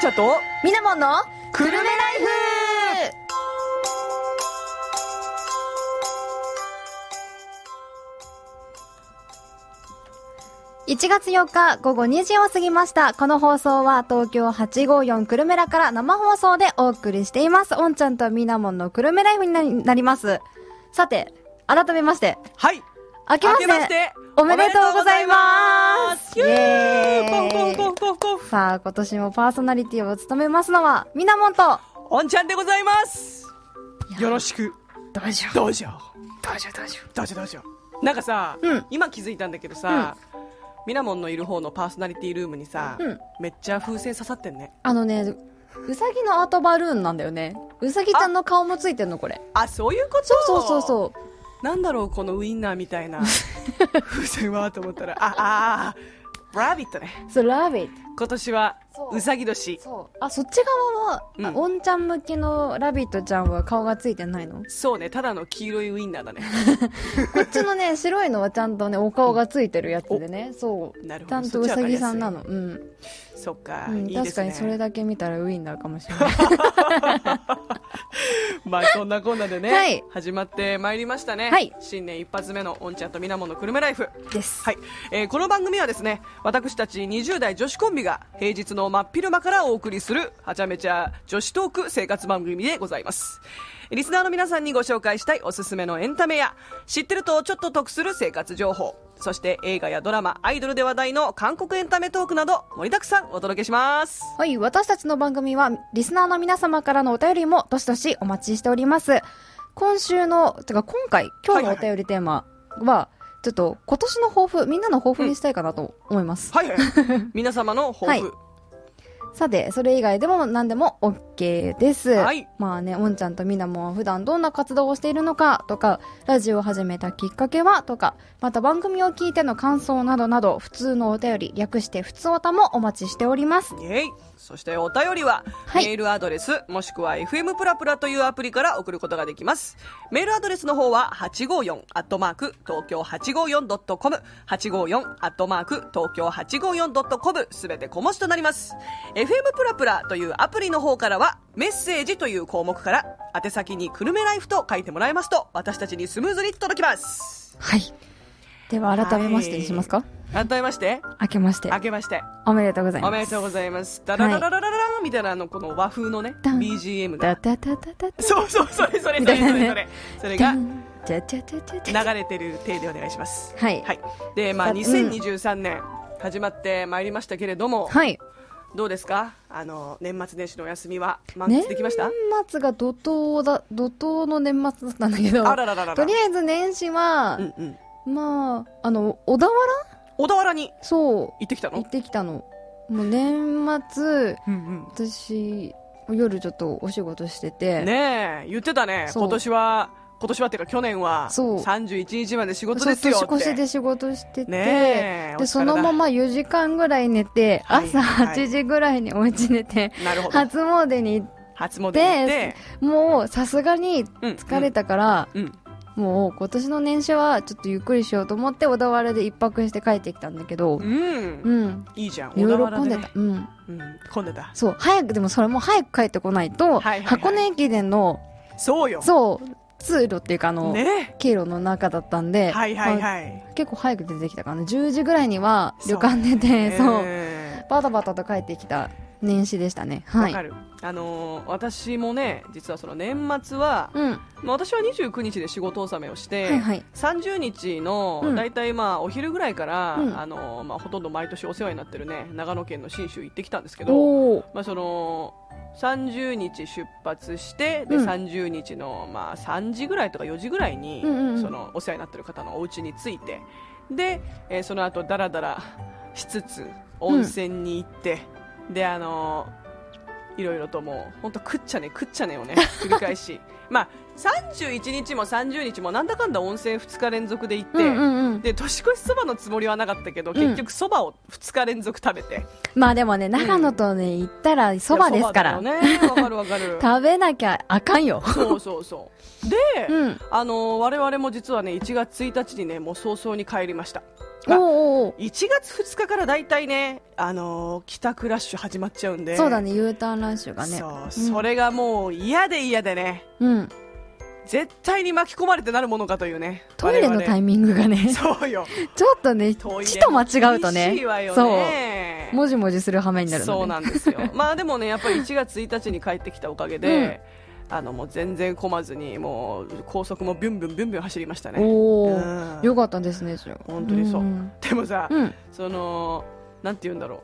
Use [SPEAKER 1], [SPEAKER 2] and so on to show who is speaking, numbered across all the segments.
[SPEAKER 1] ちゃと
[SPEAKER 2] みなもんの
[SPEAKER 1] くるめライ
[SPEAKER 2] フ1月4日午後2時を過ぎました。この放送は東京854くるめらから生放送でお送りしています。おんちゃんとみなもんのくるめライフになりなります。さて、改めまして、
[SPEAKER 1] はい
[SPEAKER 2] 明けまして
[SPEAKER 1] 明けまして
[SPEAKER 2] おめでとうございます
[SPEAKER 1] イエーイ
[SPEAKER 2] イエーイ
[SPEAKER 1] ポンポンポンポンポン
[SPEAKER 2] さあ、今年もパーソナリティを務めますのは、みなもんと、
[SPEAKER 1] おんちゃんでございます
[SPEAKER 2] いや
[SPEAKER 1] よろしく
[SPEAKER 2] どうしよう。
[SPEAKER 1] どうしよ
[SPEAKER 2] どうしよう、どうしよ
[SPEAKER 1] うどうしようどうしようなんかさ、
[SPEAKER 2] うん
[SPEAKER 1] 今気づいたんだけどさ、ミラモンのいる方のパーソナリティルームにさ、
[SPEAKER 2] うん
[SPEAKER 1] めっちゃ風船刺さってんね
[SPEAKER 2] あのね、うさぎのアートバルーンなんだよね。うさぎちゃんの顔もついてんの、これ。
[SPEAKER 1] あそういうこと
[SPEAKER 2] そうそうそうそう
[SPEAKER 1] なんだろうこのウインナーみたい な風船はと思ったらああーラビットね
[SPEAKER 2] う。そう、ラビット。
[SPEAKER 1] 今年は
[SPEAKER 2] そう
[SPEAKER 1] うさぎ年
[SPEAKER 2] そう。あ、そっち側は、
[SPEAKER 1] うん
[SPEAKER 2] あおんちゃん向きのラビットちゃんは顔がついてな いの
[SPEAKER 1] そうねただの黄色いウインナーだ ね
[SPEAKER 2] こっちのね、白いのはちゃんとね、お顔がついてるやつでね。そう。
[SPEAKER 1] なるほ
[SPEAKER 2] ち
[SPEAKER 1] ど
[SPEAKER 2] ゃんとうさぎさんなの。うん。
[SPEAKER 1] そっか、
[SPEAKER 2] う
[SPEAKER 1] いい
[SPEAKER 2] ん、
[SPEAKER 1] ですね
[SPEAKER 2] 確かにそれだけ見たらウインナーかもしれ ない。
[SPEAKER 1] まあそんなこんなでね、
[SPEAKER 2] はい
[SPEAKER 1] 始まってまいりましたね、
[SPEAKER 2] はい
[SPEAKER 1] 新年一発目のおんちゃんとみなものくるめライフ
[SPEAKER 2] です。
[SPEAKER 1] はい、えーこの番組はですね私たち20代女子コンビが平日の真っ昼間からお送りするはちゃめちゃ女子トーク生活番組でございますリスナーの皆さんにご紹介したいおすすめのエンタメや知ってるとちょっと得する生活情報そして映画やドラマアイドルで話題の韓国エンタメトークなど盛りだくさんお届けします
[SPEAKER 2] はい、私たちの番組は、リスナーの皆様からのお便りも、どしどしお待ちしております。今週の、てか今回、今日のお便りテーマは、ちょっと今年の抱負、みんなの抱負にしたいかなと思います。
[SPEAKER 1] はいはい 皆様の抱負、
[SPEAKER 2] さて、それ以外でも何でも OK です。
[SPEAKER 1] はい
[SPEAKER 2] まあね、おんちゃんとみなもんは普段どんな活動をしているのかとか、ラジオを始めたきっかけはとか、また番組を聞いての感想などなど、普通のお便り、略して普通おたもお待ちしております。
[SPEAKER 1] イエイそしてお便りは、
[SPEAKER 2] はい
[SPEAKER 1] メールアドレスもしくは FM プラプラというアプリから送ることができますメールアドレスの方は854アットマーク東京 854.com854 アットマーク東京 854.com すべて小文字となります FM プラプラというアプリの方からはメッセージという項目から宛先にくるめライフと書いてもらえますと私たちにスムーズに届きます
[SPEAKER 2] はい。では、改めましてにしますか、
[SPEAKER 1] 改めまして
[SPEAKER 2] 明けまして
[SPEAKER 1] 明けまして
[SPEAKER 2] おめでとうございます
[SPEAKER 1] おめでとうございます。ダ
[SPEAKER 2] い
[SPEAKER 1] ラララララランみたいなあのこの和風のね
[SPEAKER 2] ダン
[SPEAKER 1] BGM が
[SPEAKER 2] だだだだだだ
[SPEAKER 1] そうそうそれそれそれそれそれそれが
[SPEAKER 2] じゃじゃじゃじゃじゃ
[SPEAKER 1] 流れてる体でお願いします。
[SPEAKER 2] はい
[SPEAKER 1] はい。でまあ
[SPEAKER 2] うん
[SPEAKER 1] 2023年始まってまいりましたけれども、
[SPEAKER 2] はい
[SPEAKER 1] どうですかあの年末年始のお休みは満
[SPEAKER 2] 年
[SPEAKER 1] 喫できました？
[SPEAKER 2] 末が怒涛だ怒涛の年末だったんだけど
[SPEAKER 1] あららららら
[SPEAKER 2] とりあえず年始は
[SPEAKER 1] う、んうん。
[SPEAKER 2] まああの小田原
[SPEAKER 1] 小田原に
[SPEAKER 2] そ
[SPEAKER 1] 行ってきた
[SPEAKER 2] う行
[SPEAKER 1] の
[SPEAKER 2] っ？てきたのもう年末
[SPEAKER 1] うん
[SPEAKER 2] 私夜ちょっとお仕事して
[SPEAKER 1] う
[SPEAKER 2] て、
[SPEAKER 1] ん。ねえ言ってたね。
[SPEAKER 2] そう
[SPEAKER 1] 今年は今年はっていうか去年は
[SPEAKER 2] そう
[SPEAKER 1] 31日まで仕事
[SPEAKER 2] そう
[SPEAKER 1] ですよっ
[SPEAKER 2] 年
[SPEAKER 1] て。
[SPEAKER 2] 越しで仕事してて、
[SPEAKER 1] ねえお疲れだ
[SPEAKER 2] でそのまま4時間ぐらい寝て、
[SPEAKER 1] はい
[SPEAKER 2] 朝
[SPEAKER 1] はい
[SPEAKER 2] 8時ぐらいにお家寝て、
[SPEAKER 1] なるほど。
[SPEAKER 2] 初詣に行っ
[SPEAKER 1] 初詣に行って
[SPEAKER 2] で。もうさすがに疲れたから、
[SPEAKER 1] うん。
[SPEAKER 2] もう今年の年始はちょっとゆっくりしようと思って小田原で一泊して帰ってきたんだけど
[SPEAKER 1] う、ん
[SPEAKER 2] う。ん、
[SPEAKER 1] いいじゃん。
[SPEAKER 2] いろい
[SPEAKER 1] 小
[SPEAKER 2] ろ
[SPEAKER 1] 田原
[SPEAKER 2] 混んで
[SPEAKER 1] ね
[SPEAKER 2] た、うん、
[SPEAKER 1] うん、混んでた。
[SPEAKER 2] そう早くでもそれも早く帰ってこないと、
[SPEAKER 1] いはいはい
[SPEAKER 2] 箱根駅伝の
[SPEAKER 1] そうよ。
[SPEAKER 2] そう通路っていうかあの、
[SPEAKER 1] ね。
[SPEAKER 2] 経路の中だったんで、
[SPEAKER 1] はいはい
[SPEAKER 2] ま
[SPEAKER 1] はい。
[SPEAKER 2] あ結構早く出てきたかな10時ぐらいには
[SPEAKER 1] そう
[SPEAKER 2] 旅館出てそう,、
[SPEAKER 1] え
[SPEAKER 2] バタバタと帰ってきた年始でしたね
[SPEAKER 1] ーわ、
[SPEAKER 2] はい
[SPEAKER 1] かる。あのー私もね、実はその年末は、
[SPEAKER 2] うん、は
[SPEAKER 1] まあ私は29日で仕事納めをして、
[SPEAKER 2] いはい
[SPEAKER 1] 30日の
[SPEAKER 2] うん
[SPEAKER 1] 大体まあお昼ぐらいから、
[SPEAKER 2] うん
[SPEAKER 1] あのーまあ、ほとんど毎年お世話になってるね長野県の信州行ってきたんですけど、
[SPEAKER 2] おお
[SPEAKER 1] まあ、その30日出発してで、
[SPEAKER 2] うん
[SPEAKER 1] 30日の、まあ、3時ぐらいとか4時ぐらいに、
[SPEAKER 2] うんうんうん
[SPEAKER 1] そのお世話になってる方のお家に着いてで、えーその後だらだらしつつ温泉に行って、であのーいろいろともう本当食っちゃね食っちゃね をね繰り返しまあ31日も30日もなんだかんだ温泉2日連続で行って、
[SPEAKER 2] うんうんうん
[SPEAKER 1] で年越しそばのつもりはなかったけど
[SPEAKER 2] ん
[SPEAKER 1] 結局そばを2日連続食べて
[SPEAKER 2] まあでもね、長野とね、行ったらそばですから、
[SPEAKER 1] いやそばだよねわかるわかる
[SPEAKER 2] 食べなきゃあかんよ。
[SPEAKER 1] そうそうそう。で、
[SPEAKER 2] うん。
[SPEAKER 1] あの我々も実はね1月1日にねもう早々に帰りました。
[SPEAKER 2] お
[SPEAKER 1] あ
[SPEAKER 2] おお
[SPEAKER 1] 1月2日から大体ね、あのー帰宅ラッシュ始まっちゃうんで。
[SPEAKER 2] そうだね U ターンラッシュがね
[SPEAKER 1] そう、それがもう嫌で嫌でね。
[SPEAKER 2] うん
[SPEAKER 1] 絶対に巻き込まれてなるものかというね。
[SPEAKER 2] トイレのタイミングがね
[SPEAKER 1] そうよ。
[SPEAKER 2] ちょっとね
[SPEAKER 1] トイレ
[SPEAKER 2] ちと間違うと
[SPEAKER 1] 厳しいわ
[SPEAKER 2] ね
[SPEAKER 1] よ
[SPEAKER 2] そう
[SPEAKER 1] ね。
[SPEAKER 2] もじもじする羽目になるのね
[SPEAKER 1] そうなんです よ。まあでもね、やっぱり1月1日に帰ってきたおかげで、あのもう全然混まずに、もう高速もビュンビュンビュンビュン走りましたね。
[SPEAKER 2] おお、
[SPEAKER 1] うん
[SPEAKER 2] よかったですねじゃあ
[SPEAKER 1] 本当にそうんでもさ、
[SPEAKER 2] うん
[SPEAKER 1] その、なんて言うんだろ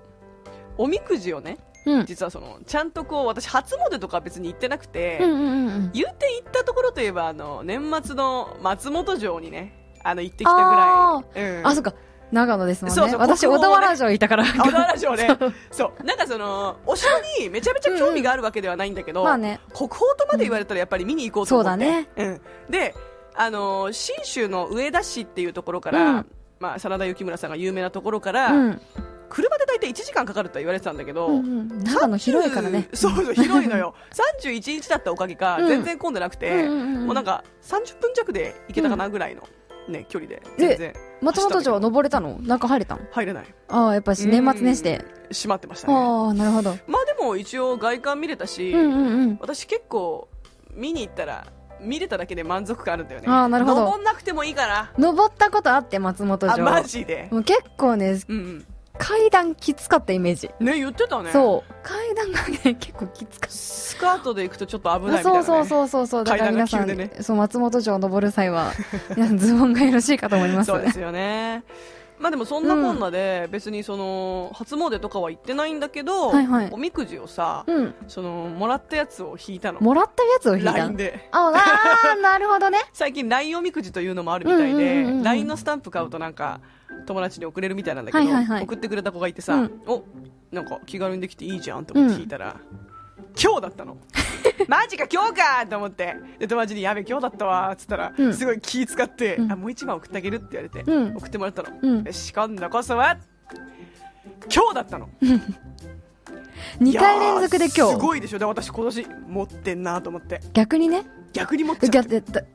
[SPEAKER 1] う。おみくじをね、
[SPEAKER 2] うん
[SPEAKER 1] 実はその、ちゃんとこう、私初詣とか別に行ってなくて、
[SPEAKER 2] うんうんうん
[SPEAKER 1] 言うて行ったところといえば、あの、年末の松本城にね、あの、行ってきたぐ
[SPEAKER 2] あ
[SPEAKER 1] らい。うん
[SPEAKER 2] あ、そっか、長野ですもんね。
[SPEAKER 1] そうそう
[SPEAKER 2] 私、
[SPEAKER 1] 国
[SPEAKER 2] 小
[SPEAKER 1] 宝
[SPEAKER 2] 田
[SPEAKER 1] をね
[SPEAKER 2] 原城いたから。
[SPEAKER 1] あ小田原城ね
[SPEAKER 2] そう
[SPEAKER 1] そうなんかそのお城にめちゃめちゃ興味があるわけではないんだけど、
[SPEAKER 2] まあね。
[SPEAKER 1] 国宝とまで言われたらやっぱり見に行こうと思って、
[SPEAKER 2] そうだね
[SPEAKER 1] うん、で、あのー信州の上田市っていうところから、
[SPEAKER 2] うん
[SPEAKER 1] まあ、真田幸村さんが有名なところか
[SPEAKER 2] う
[SPEAKER 1] ら、
[SPEAKER 2] ん。
[SPEAKER 1] 車で大体1時間かかるとは言われてたんだけど、
[SPEAKER 2] うんうん長野広いからね。
[SPEAKER 1] そうそう広いの よ31日だったおかげか、
[SPEAKER 2] うん
[SPEAKER 1] 全然混んでなくて、
[SPEAKER 2] うんうんうん
[SPEAKER 1] もうなんか30分弱で行けたかなぐらいの、ね、距離で全然
[SPEAKER 2] 松本城は登れたの中入れたの
[SPEAKER 1] 入れない
[SPEAKER 2] ああ、やっぱし年末年始で。
[SPEAKER 1] うん閉まってましたね
[SPEAKER 2] ああ、なるほど。
[SPEAKER 1] まあでも一応外観見れたし、
[SPEAKER 2] うんうん
[SPEAKER 1] 私結構見に行ったら見れただけで満足感あるんだよね
[SPEAKER 2] あーなるほど
[SPEAKER 1] 登んなくてもいいか
[SPEAKER 2] うん。登ったことあって、松本
[SPEAKER 1] らあ
[SPEAKER 2] 城。
[SPEAKER 1] マジで
[SPEAKER 2] もう結構ね、
[SPEAKER 1] うん
[SPEAKER 2] 階段きつかったイメージ。
[SPEAKER 1] うんね言ってたね
[SPEAKER 2] そう。階段がね、 結構きつかっ
[SPEAKER 1] スカートで行くとちょっと危
[SPEAKER 2] た。
[SPEAKER 1] ないみたいな、
[SPEAKER 2] そう
[SPEAKER 1] ね、
[SPEAKER 2] そう
[SPEAKER 1] う
[SPEAKER 2] そうそうそう。だから皆さん、
[SPEAKER 1] 階段が急で
[SPEAKER 2] そう、松本城を登る 際は、皆さんズボンがよろしいかと思います。
[SPEAKER 1] そうですよねまあでもそんなこんなで別にその初詣とかは行ってないんだけど、
[SPEAKER 2] はいはい
[SPEAKER 1] おみくじをさ、
[SPEAKER 2] うん。
[SPEAKER 1] そのもらったやつを引いたの
[SPEAKER 2] もらったやつを引いた
[SPEAKER 1] LINE。で
[SPEAKER 2] ああー、なるほどね。
[SPEAKER 1] 最近 LINE おみくじというのもあるみたいで、
[SPEAKER 2] うんうんうんうん
[SPEAKER 1] LINE のスタンプ買うとなんか友達に送れるみたいなんだけど、
[SPEAKER 2] はいはいはい
[SPEAKER 1] 送ってくれた子がいてさ、
[SPEAKER 2] うん
[SPEAKER 1] おなんか気軽にできていいじゃんと思って聞いたら、今日だったのマジか今日かと思ってで友達に「やべ今日だったわ」っつったら、
[SPEAKER 2] うん
[SPEAKER 1] すごい気使って、
[SPEAKER 2] うん
[SPEAKER 1] あ「もう一枚送ってあげる」って言われて、
[SPEAKER 2] うん
[SPEAKER 1] 送ってもらったの、
[SPEAKER 2] うん
[SPEAKER 1] よし今度こそは今日だったの
[SPEAKER 2] 2回連続で
[SPEAKER 1] いや
[SPEAKER 2] 今
[SPEAKER 1] ーす
[SPEAKER 2] 日
[SPEAKER 1] ごいでしょで私今年持ってんなと思って
[SPEAKER 2] 逆にね
[SPEAKER 1] 逆に持っちゃ
[SPEAKER 2] だ
[SPEAKER 1] っ
[SPEAKER 2] っててだ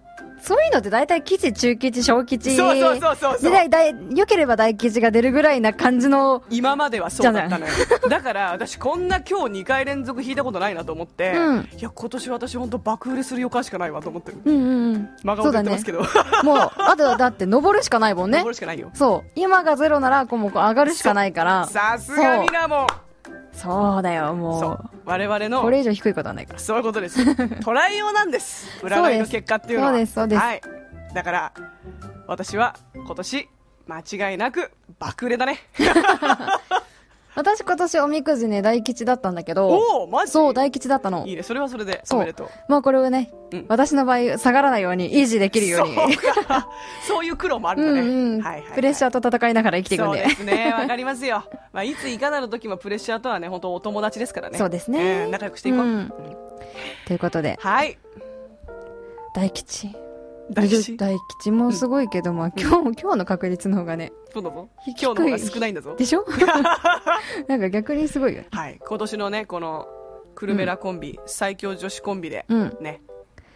[SPEAKER 2] そういうのって大体吉中吉小吉
[SPEAKER 1] そうそうそうそうそう
[SPEAKER 2] で大大良ければ大吉が出るぐらいな感じの
[SPEAKER 1] 今まではそうだったのよだから私こんな今日2回連続引いたことないなと思って、
[SPEAKER 2] うん
[SPEAKER 1] いや今年私本当爆売れする予感しかないわと思ってる
[SPEAKER 2] うんうんうん
[SPEAKER 1] 真
[SPEAKER 2] そ
[SPEAKER 1] 顔で言
[SPEAKER 2] うだ
[SPEAKER 1] ってま
[SPEAKER 2] ね
[SPEAKER 1] すけ ど、
[SPEAKER 2] もうあとはだって登るしかないもんね
[SPEAKER 1] これしかないよ
[SPEAKER 2] そう今がゼロならこうもうこう上がるしかないから
[SPEAKER 1] さすがミラモン
[SPEAKER 2] そうだよ
[SPEAKER 1] そう
[SPEAKER 2] も
[SPEAKER 1] 我々
[SPEAKER 2] うこ
[SPEAKER 1] の
[SPEAKER 2] れ以上低いことはないから
[SPEAKER 1] そういうことです 捉えようなんです占いの結果っていうのは
[SPEAKER 2] そうですそうです
[SPEAKER 1] はい、だから私は今年間違いなく爆売れだね
[SPEAKER 2] 私今年おみくじね大吉だったんだけど
[SPEAKER 1] おおーマジ
[SPEAKER 2] そう大吉だったの
[SPEAKER 1] いいねそれはそれでお
[SPEAKER 2] そ
[SPEAKER 1] めでとう
[SPEAKER 2] うまあこれをね、
[SPEAKER 1] うん
[SPEAKER 2] 私の場合下がらないように維持できるように
[SPEAKER 1] そうか そういう苦労もある
[SPEAKER 2] うん
[SPEAKER 1] だね、
[SPEAKER 2] うん
[SPEAKER 1] はいはいはい
[SPEAKER 2] プレッシャーと戦いながら生きていくんで。
[SPEAKER 1] そうですね、わかります よ。まあ、いついかなる時もプレッシャーとはね、本当お友達ですからね。
[SPEAKER 2] そうですね
[SPEAKER 1] ん仲良くしていこう。
[SPEAKER 2] うんということで、
[SPEAKER 1] はい。
[SPEAKER 2] 大吉。
[SPEAKER 1] 大 吉。
[SPEAKER 2] 大吉もすごいけど、まあ今日、今日の確率の方がね、
[SPEAKER 1] そうだぞ。今日の方が少ないんだぞ。
[SPEAKER 2] で しょなんか逆にすごいよね。
[SPEAKER 1] はい。今年のね、この、クルメラコンビ、最強女子コンビで、
[SPEAKER 2] うん。
[SPEAKER 1] ね、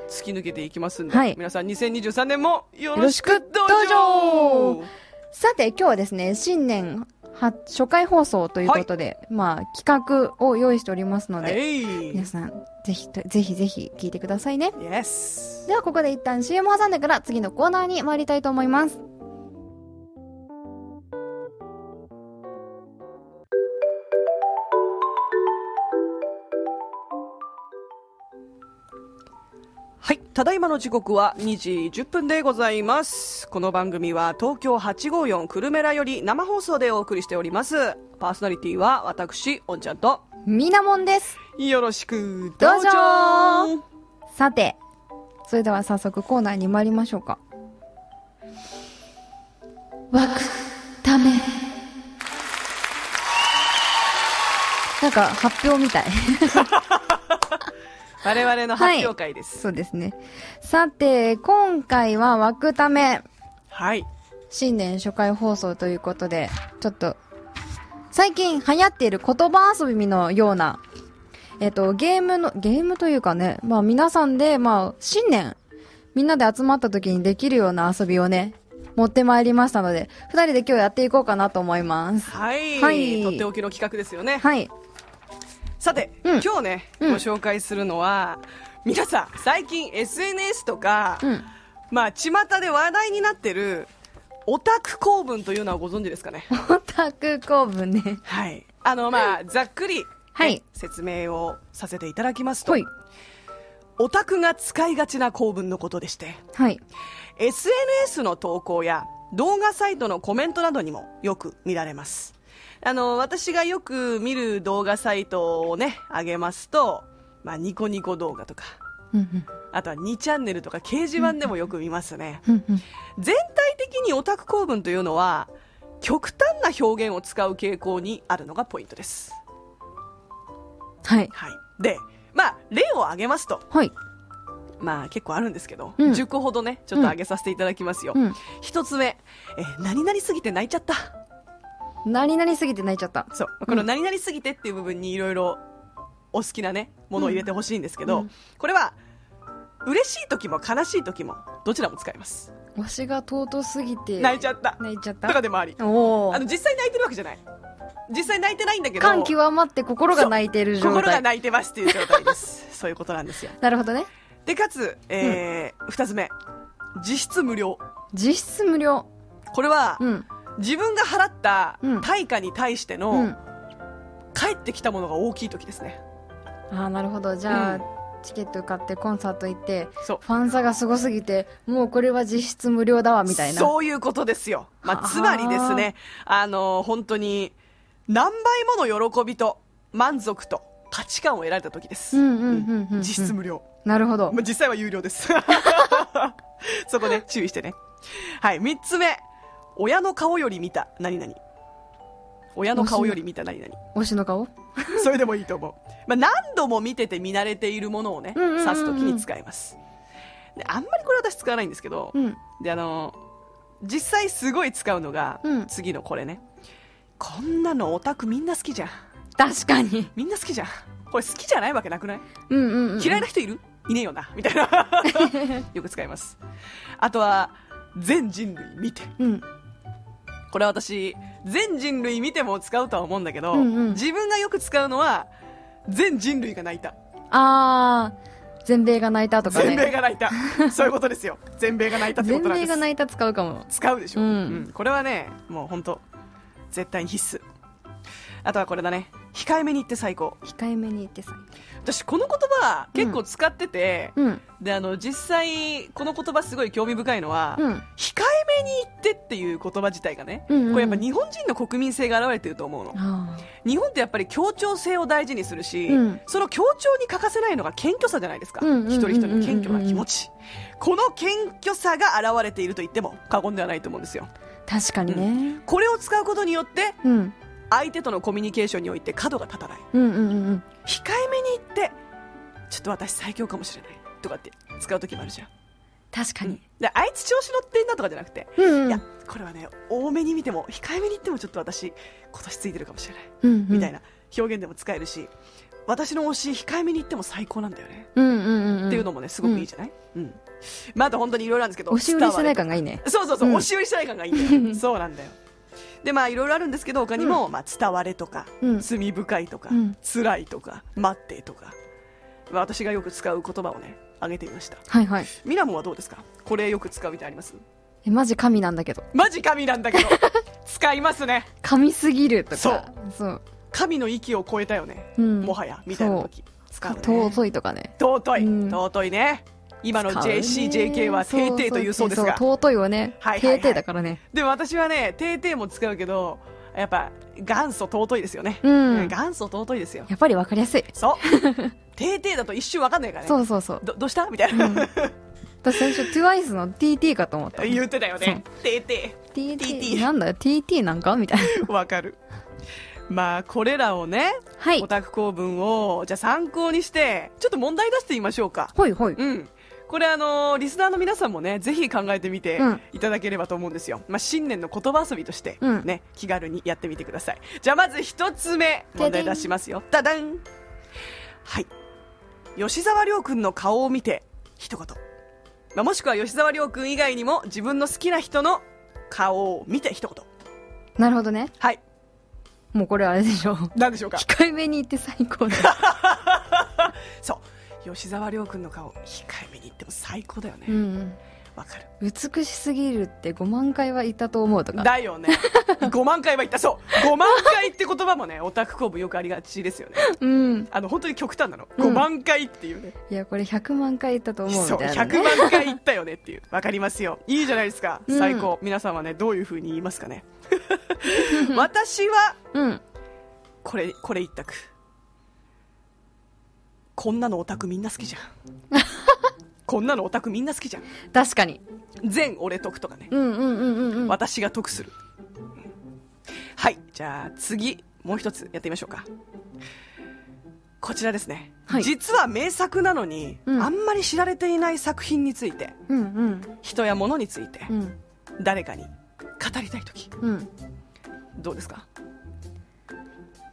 [SPEAKER 1] 突き抜けていきますんで、
[SPEAKER 2] はい
[SPEAKER 1] 皆さん2023年もよろ
[SPEAKER 2] ろ
[SPEAKER 1] し
[SPEAKER 2] し
[SPEAKER 1] く
[SPEAKER 2] く
[SPEAKER 1] ど
[SPEAKER 2] ど
[SPEAKER 1] う
[SPEAKER 2] う
[SPEAKER 1] ぞ
[SPEAKER 2] ぞさて、今日はですね、新年は初回放送ということで、まあ企画を用意しておりますので、
[SPEAKER 1] えい
[SPEAKER 2] 皆さん、ぜひと、ぜひぜひ聞いてくださいね。
[SPEAKER 1] イエス
[SPEAKER 2] ではここで一旦 CM を挟んでから次のコーナーに参りたいと思います
[SPEAKER 1] はい。ただいまの時刻は2時10分でございます。この番組は東京854クルメラより生放送でお送りしております。パーソナリティは私、おんちゃんと、
[SPEAKER 2] みなもんです
[SPEAKER 1] よろしく、
[SPEAKER 2] どうぞさてそれでは早速コーナーに参りましょうか湧くためなんか発表みたい
[SPEAKER 1] 我々の発表会です。
[SPEAKER 2] そうですねさて今回は湧くため
[SPEAKER 1] はい。
[SPEAKER 2] 新年初回放送ということで、ちょっと、最近流行っている言葉遊びのような、えっ、と、ゲームの、ゲームというかね、まあ皆さんで、まあ新年、みんなで集まった時にできるような遊びをね、持ってまいりましたので、二人で今日やっていこうかなと思います。
[SPEAKER 1] はい、
[SPEAKER 2] はい
[SPEAKER 1] とっておきの企画ですよね、
[SPEAKER 2] はい。
[SPEAKER 1] さて、
[SPEAKER 2] うん
[SPEAKER 1] 今日ね、
[SPEAKER 2] うん
[SPEAKER 1] ご紹介するのは皆さん最近 SNS とか、
[SPEAKER 2] うん。
[SPEAKER 1] まあ巷で話題になってるオタク構文というのはご存知ですかね
[SPEAKER 2] オタク構文ね。
[SPEAKER 1] はいあのまあざっくり、
[SPEAKER 2] はい
[SPEAKER 1] 説明をさせていただきますと、
[SPEAKER 2] はい。
[SPEAKER 1] オタクが使いがちな構文のことでして
[SPEAKER 2] はい。
[SPEAKER 1] SNS の投稿や動画サイトのコメントなどにもよく見られますあの私がよく見る動画サイトをね上げますと、まあ、ニコニコ動画とか
[SPEAKER 2] うんうん
[SPEAKER 1] あとは2チャンネルとか掲示板でもよく見ますね
[SPEAKER 2] うんうん
[SPEAKER 1] 全体的にオタク構文というのは極端な表現を使う傾向にあるのがポイントです、
[SPEAKER 2] はい。
[SPEAKER 1] はい、でまあ例を挙げますと
[SPEAKER 2] はい。
[SPEAKER 1] まあ結構あるんですけど、
[SPEAKER 2] うん
[SPEAKER 1] 10個ほどねちょっと挙げさせていただきますよ、
[SPEAKER 2] うん。
[SPEAKER 1] 一つ目、えー何々すぎて泣いちゃった。
[SPEAKER 2] 何々すぎて泣いちゃった。
[SPEAKER 1] そう。この何々すぎてっていう部分にいろいろお好きなね、ものを入れてほしいんですけど、
[SPEAKER 2] うん
[SPEAKER 1] これは、嬉しい時も悲しい時も、どちらも使います。
[SPEAKER 2] わしが尊すぎて
[SPEAKER 1] 泣いちゃった。
[SPEAKER 2] 泣いちゃっ
[SPEAKER 1] とか
[SPEAKER 2] た。
[SPEAKER 1] でもあり。
[SPEAKER 2] おお
[SPEAKER 1] あ。の、実際泣いてるわけじゃない。実際泣いてないんだけど、
[SPEAKER 2] 感極まって心が泣いてる状態。
[SPEAKER 1] 心が泣いてますっていう状態です。そういうことなんですよ。
[SPEAKER 2] なるほどね。
[SPEAKER 1] で、かつ、えー二つ目、実質無料。
[SPEAKER 2] 実質無料。
[SPEAKER 1] これは、
[SPEAKER 2] うん。
[SPEAKER 1] 自分が払った
[SPEAKER 2] うん
[SPEAKER 1] 対価に対しての、
[SPEAKER 2] うん。
[SPEAKER 1] 帰ってきたものが大きい時ですね
[SPEAKER 2] ああなるほどじゃあ、
[SPEAKER 1] うん
[SPEAKER 2] チケット買ってコンサート行って
[SPEAKER 1] そう
[SPEAKER 2] ファン差がすごすぎてもうこれは実質無料だわみたいな
[SPEAKER 1] そういうことですよ、ま
[SPEAKER 2] は
[SPEAKER 1] あ、
[SPEAKER 2] あ
[SPEAKER 1] つまりですねあの本当に何倍もの喜びと満足と価値観を得られた時です、
[SPEAKER 2] うんうんうんうんうん
[SPEAKER 1] 実質無料、
[SPEAKER 2] なるほど
[SPEAKER 1] まあ、実際は有料です そこね注意してねはい3つ目親の顔より見た何々親の顔より見た何々
[SPEAKER 2] 推しの顔
[SPEAKER 1] それでもいいと思う。まあ、何度も見てて見慣れているものをね、
[SPEAKER 2] うんうんうんうん
[SPEAKER 1] 指すときに使います。で、あんまりこれ私使わないんですけど、
[SPEAKER 2] うん
[SPEAKER 1] で、あの、実際すごい使うのが、
[SPEAKER 2] うん
[SPEAKER 1] 次のこれね。こんなのオタクみんな好きじゃん。
[SPEAKER 2] 確かに
[SPEAKER 1] みんな好きじゃん。これ好きじゃないわけなくない
[SPEAKER 2] うんうん、うん、
[SPEAKER 1] 嫌いな人いる、いねえよな。みたいな。 よく使います。あとは、全人類見て。
[SPEAKER 2] うん
[SPEAKER 1] これは私全人類見ても使うとは思うんだけど、
[SPEAKER 2] うんうん
[SPEAKER 1] 自分がよく使うのは全人類が泣いた
[SPEAKER 2] ああ全米が泣いたとか
[SPEAKER 1] 全米
[SPEAKER 2] ね
[SPEAKER 1] が泣いたそういうことですよ全米が泣いたってこ
[SPEAKER 2] 全
[SPEAKER 1] となんで
[SPEAKER 2] 米
[SPEAKER 1] す
[SPEAKER 2] が泣いた使うかも
[SPEAKER 1] 使うでしょ、
[SPEAKER 2] うん
[SPEAKER 1] これはねもう本当絶対に必須あとはこれだね控えめに言って最高
[SPEAKER 2] 控えめに言ってさ
[SPEAKER 1] 私この言葉結構使ってて、
[SPEAKER 2] うん
[SPEAKER 1] であの実際この言葉すごい興味深いのは、
[SPEAKER 2] うん
[SPEAKER 1] 控えめに言ってっていう言葉自体がね、
[SPEAKER 2] うんうんうん
[SPEAKER 1] これやっぱ日本人の国民性が現れてると思うの
[SPEAKER 2] あ
[SPEAKER 1] 日本ってやっぱり協調性を大事にするし、
[SPEAKER 2] うん
[SPEAKER 1] その協調に欠かせないのが謙虚さじゃないですか、
[SPEAKER 2] うんうんうんうん
[SPEAKER 1] 一人一人の謙虚な気持ちこの謙虚さが現れていると言っても過言ではないと思うんですよ
[SPEAKER 2] ー確かにね、
[SPEAKER 1] これを使うことによって
[SPEAKER 2] うん、うん
[SPEAKER 1] 相手とのコミュニケーションにおいて角が立たない
[SPEAKER 2] うんうんうん
[SPEAKER 1] 控えめに言ってちょっと私最強かもしれないとかって使う時もあるじゃん、
[SPEAKER 2] 確かに
[SPEAKER 1] であいつ調子乗ってんなとかじゃなくて、
[SPEAKER 2] うん
[SPEAKER 1] い
[SPEAKER 2] うん
[SPEAKER 1] やこれはね多めに見ても控えめに言ってもちょっと私今年ついてるかもしれない
[SPEAKER 2] うん
[SPEAKER 1] みたいな表現でも使えるし、私の推し控えめに言っても最高なんだよね、
[SPEAKER 2] うんうんうんうん
[SPEAKER 1] っていうのもねすごくいいじゃない、うんまあ、あと本当にいろいろなんですけど
[SPEAKER 2] 押し売りしてな
[SPEAKER 1] 伝
[SPEAKER 2] い
[SPEAKER 1] わ
[SPEAKER 2] 感がいいね
[SPEAKER 1] れそうそうそう、
[SPEAKER 2] うん
[SPEAKER 1] 押し売りしてない感がいいん だよそうなんだよでまあいろいろあるんですけど他にも、まあ、伝われとか、
[SPEAKER 2] うん
[SPEAKER 1] 罪深いとか、
[SPEAKER 2] うん
[SPEAKER 1] 辛いとか待ってとか、まあ、私がよく使う言葉をね挙げてみました
[SPEAKER 2] はいはい
[SPEAKER 1] ミラモンはどうですかこれよく使うみたいあります
[SPEAKER 2] えマジ神なんだけど
[SPEAKER 1] マジ神なんだ けど使いますね
[SPEAKER 2] 神すぎるとか
[SPEAKER 1] そう
[SPEAKER 2] そう
[SPEAKER 1] 神の域を超えたよね、
[SPEAKER 2] うん
[SPEAKER 1] もはやみたいな時使う、ね、
[SPEAKER 2] 尊いとかね
[SPEAKER 1] 尊い、
[SPEAKER 2] うん
[SPEAKER 1] 尊いね今の JCJK は「
[SPEAKER 2] そう
[SPEAKER 1] ていてい」というそうですが
[SPEAKER 2] そう尊いはね
[SPEAKER 1] はいはいは
[SPEAKER 2] て
[SPEAKER 1] い
[SPEAKER 2] いていだからね
[SPEAKER 1] でも私はね「ていてい」も使うけどやっぱ元祖尊いですよね、
[SPEAKER 2] うん
[SPEAKER 1] 元祖尊いですよ
[SPEAKER 2] やっぱり分かりやすい
[SPEAKER 1] そう 「ていてい」だと一瞬わかんないからね
[SPEAKER 2] そうそうそう
[SPEAKER 1] どどうしたみたいな、
[SPEAKER 2] うん私最初 TWICE の TT かと思った
[SPEAKER 1] 言ってたよね「ていて TT」
[SPEAKER 2] TT なんだよ TT なんかみたいない
[SPEAKER 1] わかるまあこれらをね、
[SPEAKER 2] はい
[SPEAKER 1] オタク構文をじゃあ参考にしてちょっと問題出してみましょうか
[SPEAKER 2] ほいほい
[SPEAKER 1] うん、これあのーリスナーの皆さんもねぜひ考えてみて
[SPEAKER 2] うん
[SPEAKER 1] いただければと思うんですよ、まあ、新年の言葉遊びとして、
[SPEAKER 2] うん
[SPEAKER 1] ね気軽にやってみてくださいじゃあまず一つ目問題出しますよダダンはい吉沢亮君の顔を見て一言、まあ、もしくは吉沢亮君以外にも自分の好きな人の顔を見て一言
[SPEAKER 2] なるほどね。
[SPEAKER 1] はい
[SPEAKER 2] もうこれあれでしょ。
[SPEAKER 1] 何でしょうか
[SPEAKER 2] 控えめに言って最高だ。
[SPEAKER 1] そう吉沢亮君の顔控えめに言っても最高だよね
[SPEAKER 2] うんうん。
[SPEAKER 1] わ、かる
[SPEAKER 2] 美しすぎるって5万回は言ったと思うとか。
[SPEAKER 1] だ よね5万回は言ったそう5万回って言葉もねオタク公募よくありがちですよね
[SPEAKER 2] うん。
[SPEAKER 1] あの本当に極端なの
[SPEAKER 2] うん
[SPEAKER 1] 5万回っていうね、
[SPEAKER 2] いや、これ100万回言ったと思うみ
[SPEAKER 1] そう
[SPEAKER 2] たいな、
[SPEAKER 1] 100
[SPEAKER 2] ね。
[SPEAKER 1] 万回言ったよねっていうわかりますよいいじゃないですか
[SPEAKER 2] うん
[SPEAKER 1] 最高、皆さんはねどういうふうに言いますか ね私は
[SPEAKER 2] うん。
[SPEAKER 1] これこれ一択こんなのオタクみんな好き じゃんこんなのオタクみんな好きじゃん
[SPEAKER 2] 確かに。
[SPEAKER 1] 全俺得とかね、
[SPEAKER 2] うんうんうんうんうん。
[SPEAKER 1] 私が得するはいじゃあ次もう一つやってみましょうかこちらですね、
[SPEAKER 2] はい
[SPEAKER 1] 実は名作なのに、
[SPEAKER 2] うん
[SPEAKER 1] あんまり知られていない作品について
[SPEAKER 2] うんうん。
[SPEAKER 1] 人や物について、
[SPEAKER 2] うん
[SPEAKER 1] 誰かに語りたい時
[SPEAKER 2] うん。
[SPEAKER 1] どうですか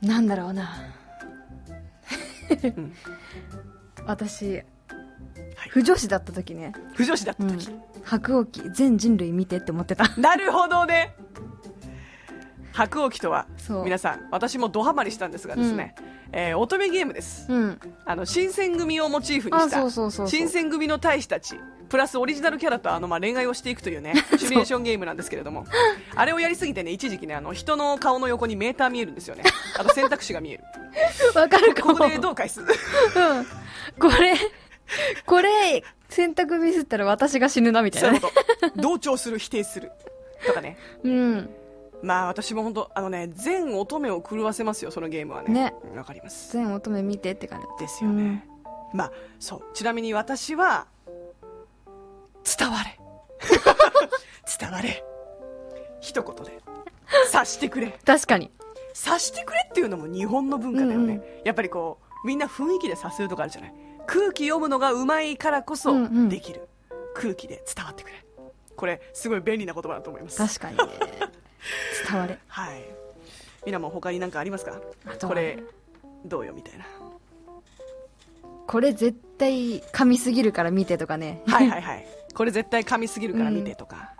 [SPEAKER 2] なんだろうな。
[SPEAKER 1] ん
[SPEAKER 2] 私、
[SPEAKER 1] はい
[SPEAKER 2] 不女子だった時ね。
[SPEAKER 1] 不女子だった時、
[SPEAKER 2] 白鸚記全人類見てって思ってた。
[SPEAKER 1] なるほどね白鸚記とは
[SPEAKER 2] そう
[SPEAKER 1] 皆さん私もドハマりしたんですがですね、えー乙女ゲームです、
[SPEAKER 2] うん。
[SPEAKER 1] あの新選組をモチーフにし
[SPEAKER 2] あそうそうそ
[SPEAKER 1] た
[SPEAKER 2] うそう
[SPEAKER 1] 新選組の大使たちプラスオリジナルキャラとあのまあ恋愛をしていくという ねシミュレーションゲームなんですけれどもあれをやりすぎてね一時期ねあの人の顔の横にメーター見えるんですよねあと選択肢が 見える
[SPEAKER 2] わかるかも。
[SPEAKER 1] ここでどう返 す
[SPEAKER 2] うん。これ、これ、選択ミスったら私が死ぬなみたい
[SPEAKER 1] そう
[SPEAKER 2] な
[SPEAKER 1] いう
[SPEAKER 2] ね。
[SPEAKER 1] こと同調する否定するとかね
[SPEAKER 2] うん。
[SPEAKER 1] まあ私も本当あのね全乙女を狂わせますよそのゲームはね
[SPEAKER 2] ね
[SPEAKER 1] わかります
[SPEAKER 2] 全乙女見てって感じ。
[SPEAKER 1] ですよね、まあそうちなみに私は伝わ れ伝われ一言で察してくれ
[SPEAKER 2] 確かに。
[SPEAKER 1] 察してくれっていうのも日本の文化だよね、
[SPEAKER 2] うん
[SPEAKER 1] やっぱりこうみんな雰囲気で察するとかあるじゃない空気読むのがうまいからこ
[SPEAKER 2] うんう
[SPEAKER 1] そ
[SPEAKER 2] ん
[SPEAKER 1] できる、空気で伝わってくれこれすごい便利な言葉だと思います
[SPEAKER 2] 確かにね。伝われ。
[SPEAKER 1] はいみなも他に何かありますか
[SPEAKER 2] あとは
[SPEAKER 1] これどうよみたいな
[SPEAKER 2] これ絶対噛みすぎるから見てとかね。
[SPEAKER 1] はいはいはいこれ絶対噛みすぎるから見てとか、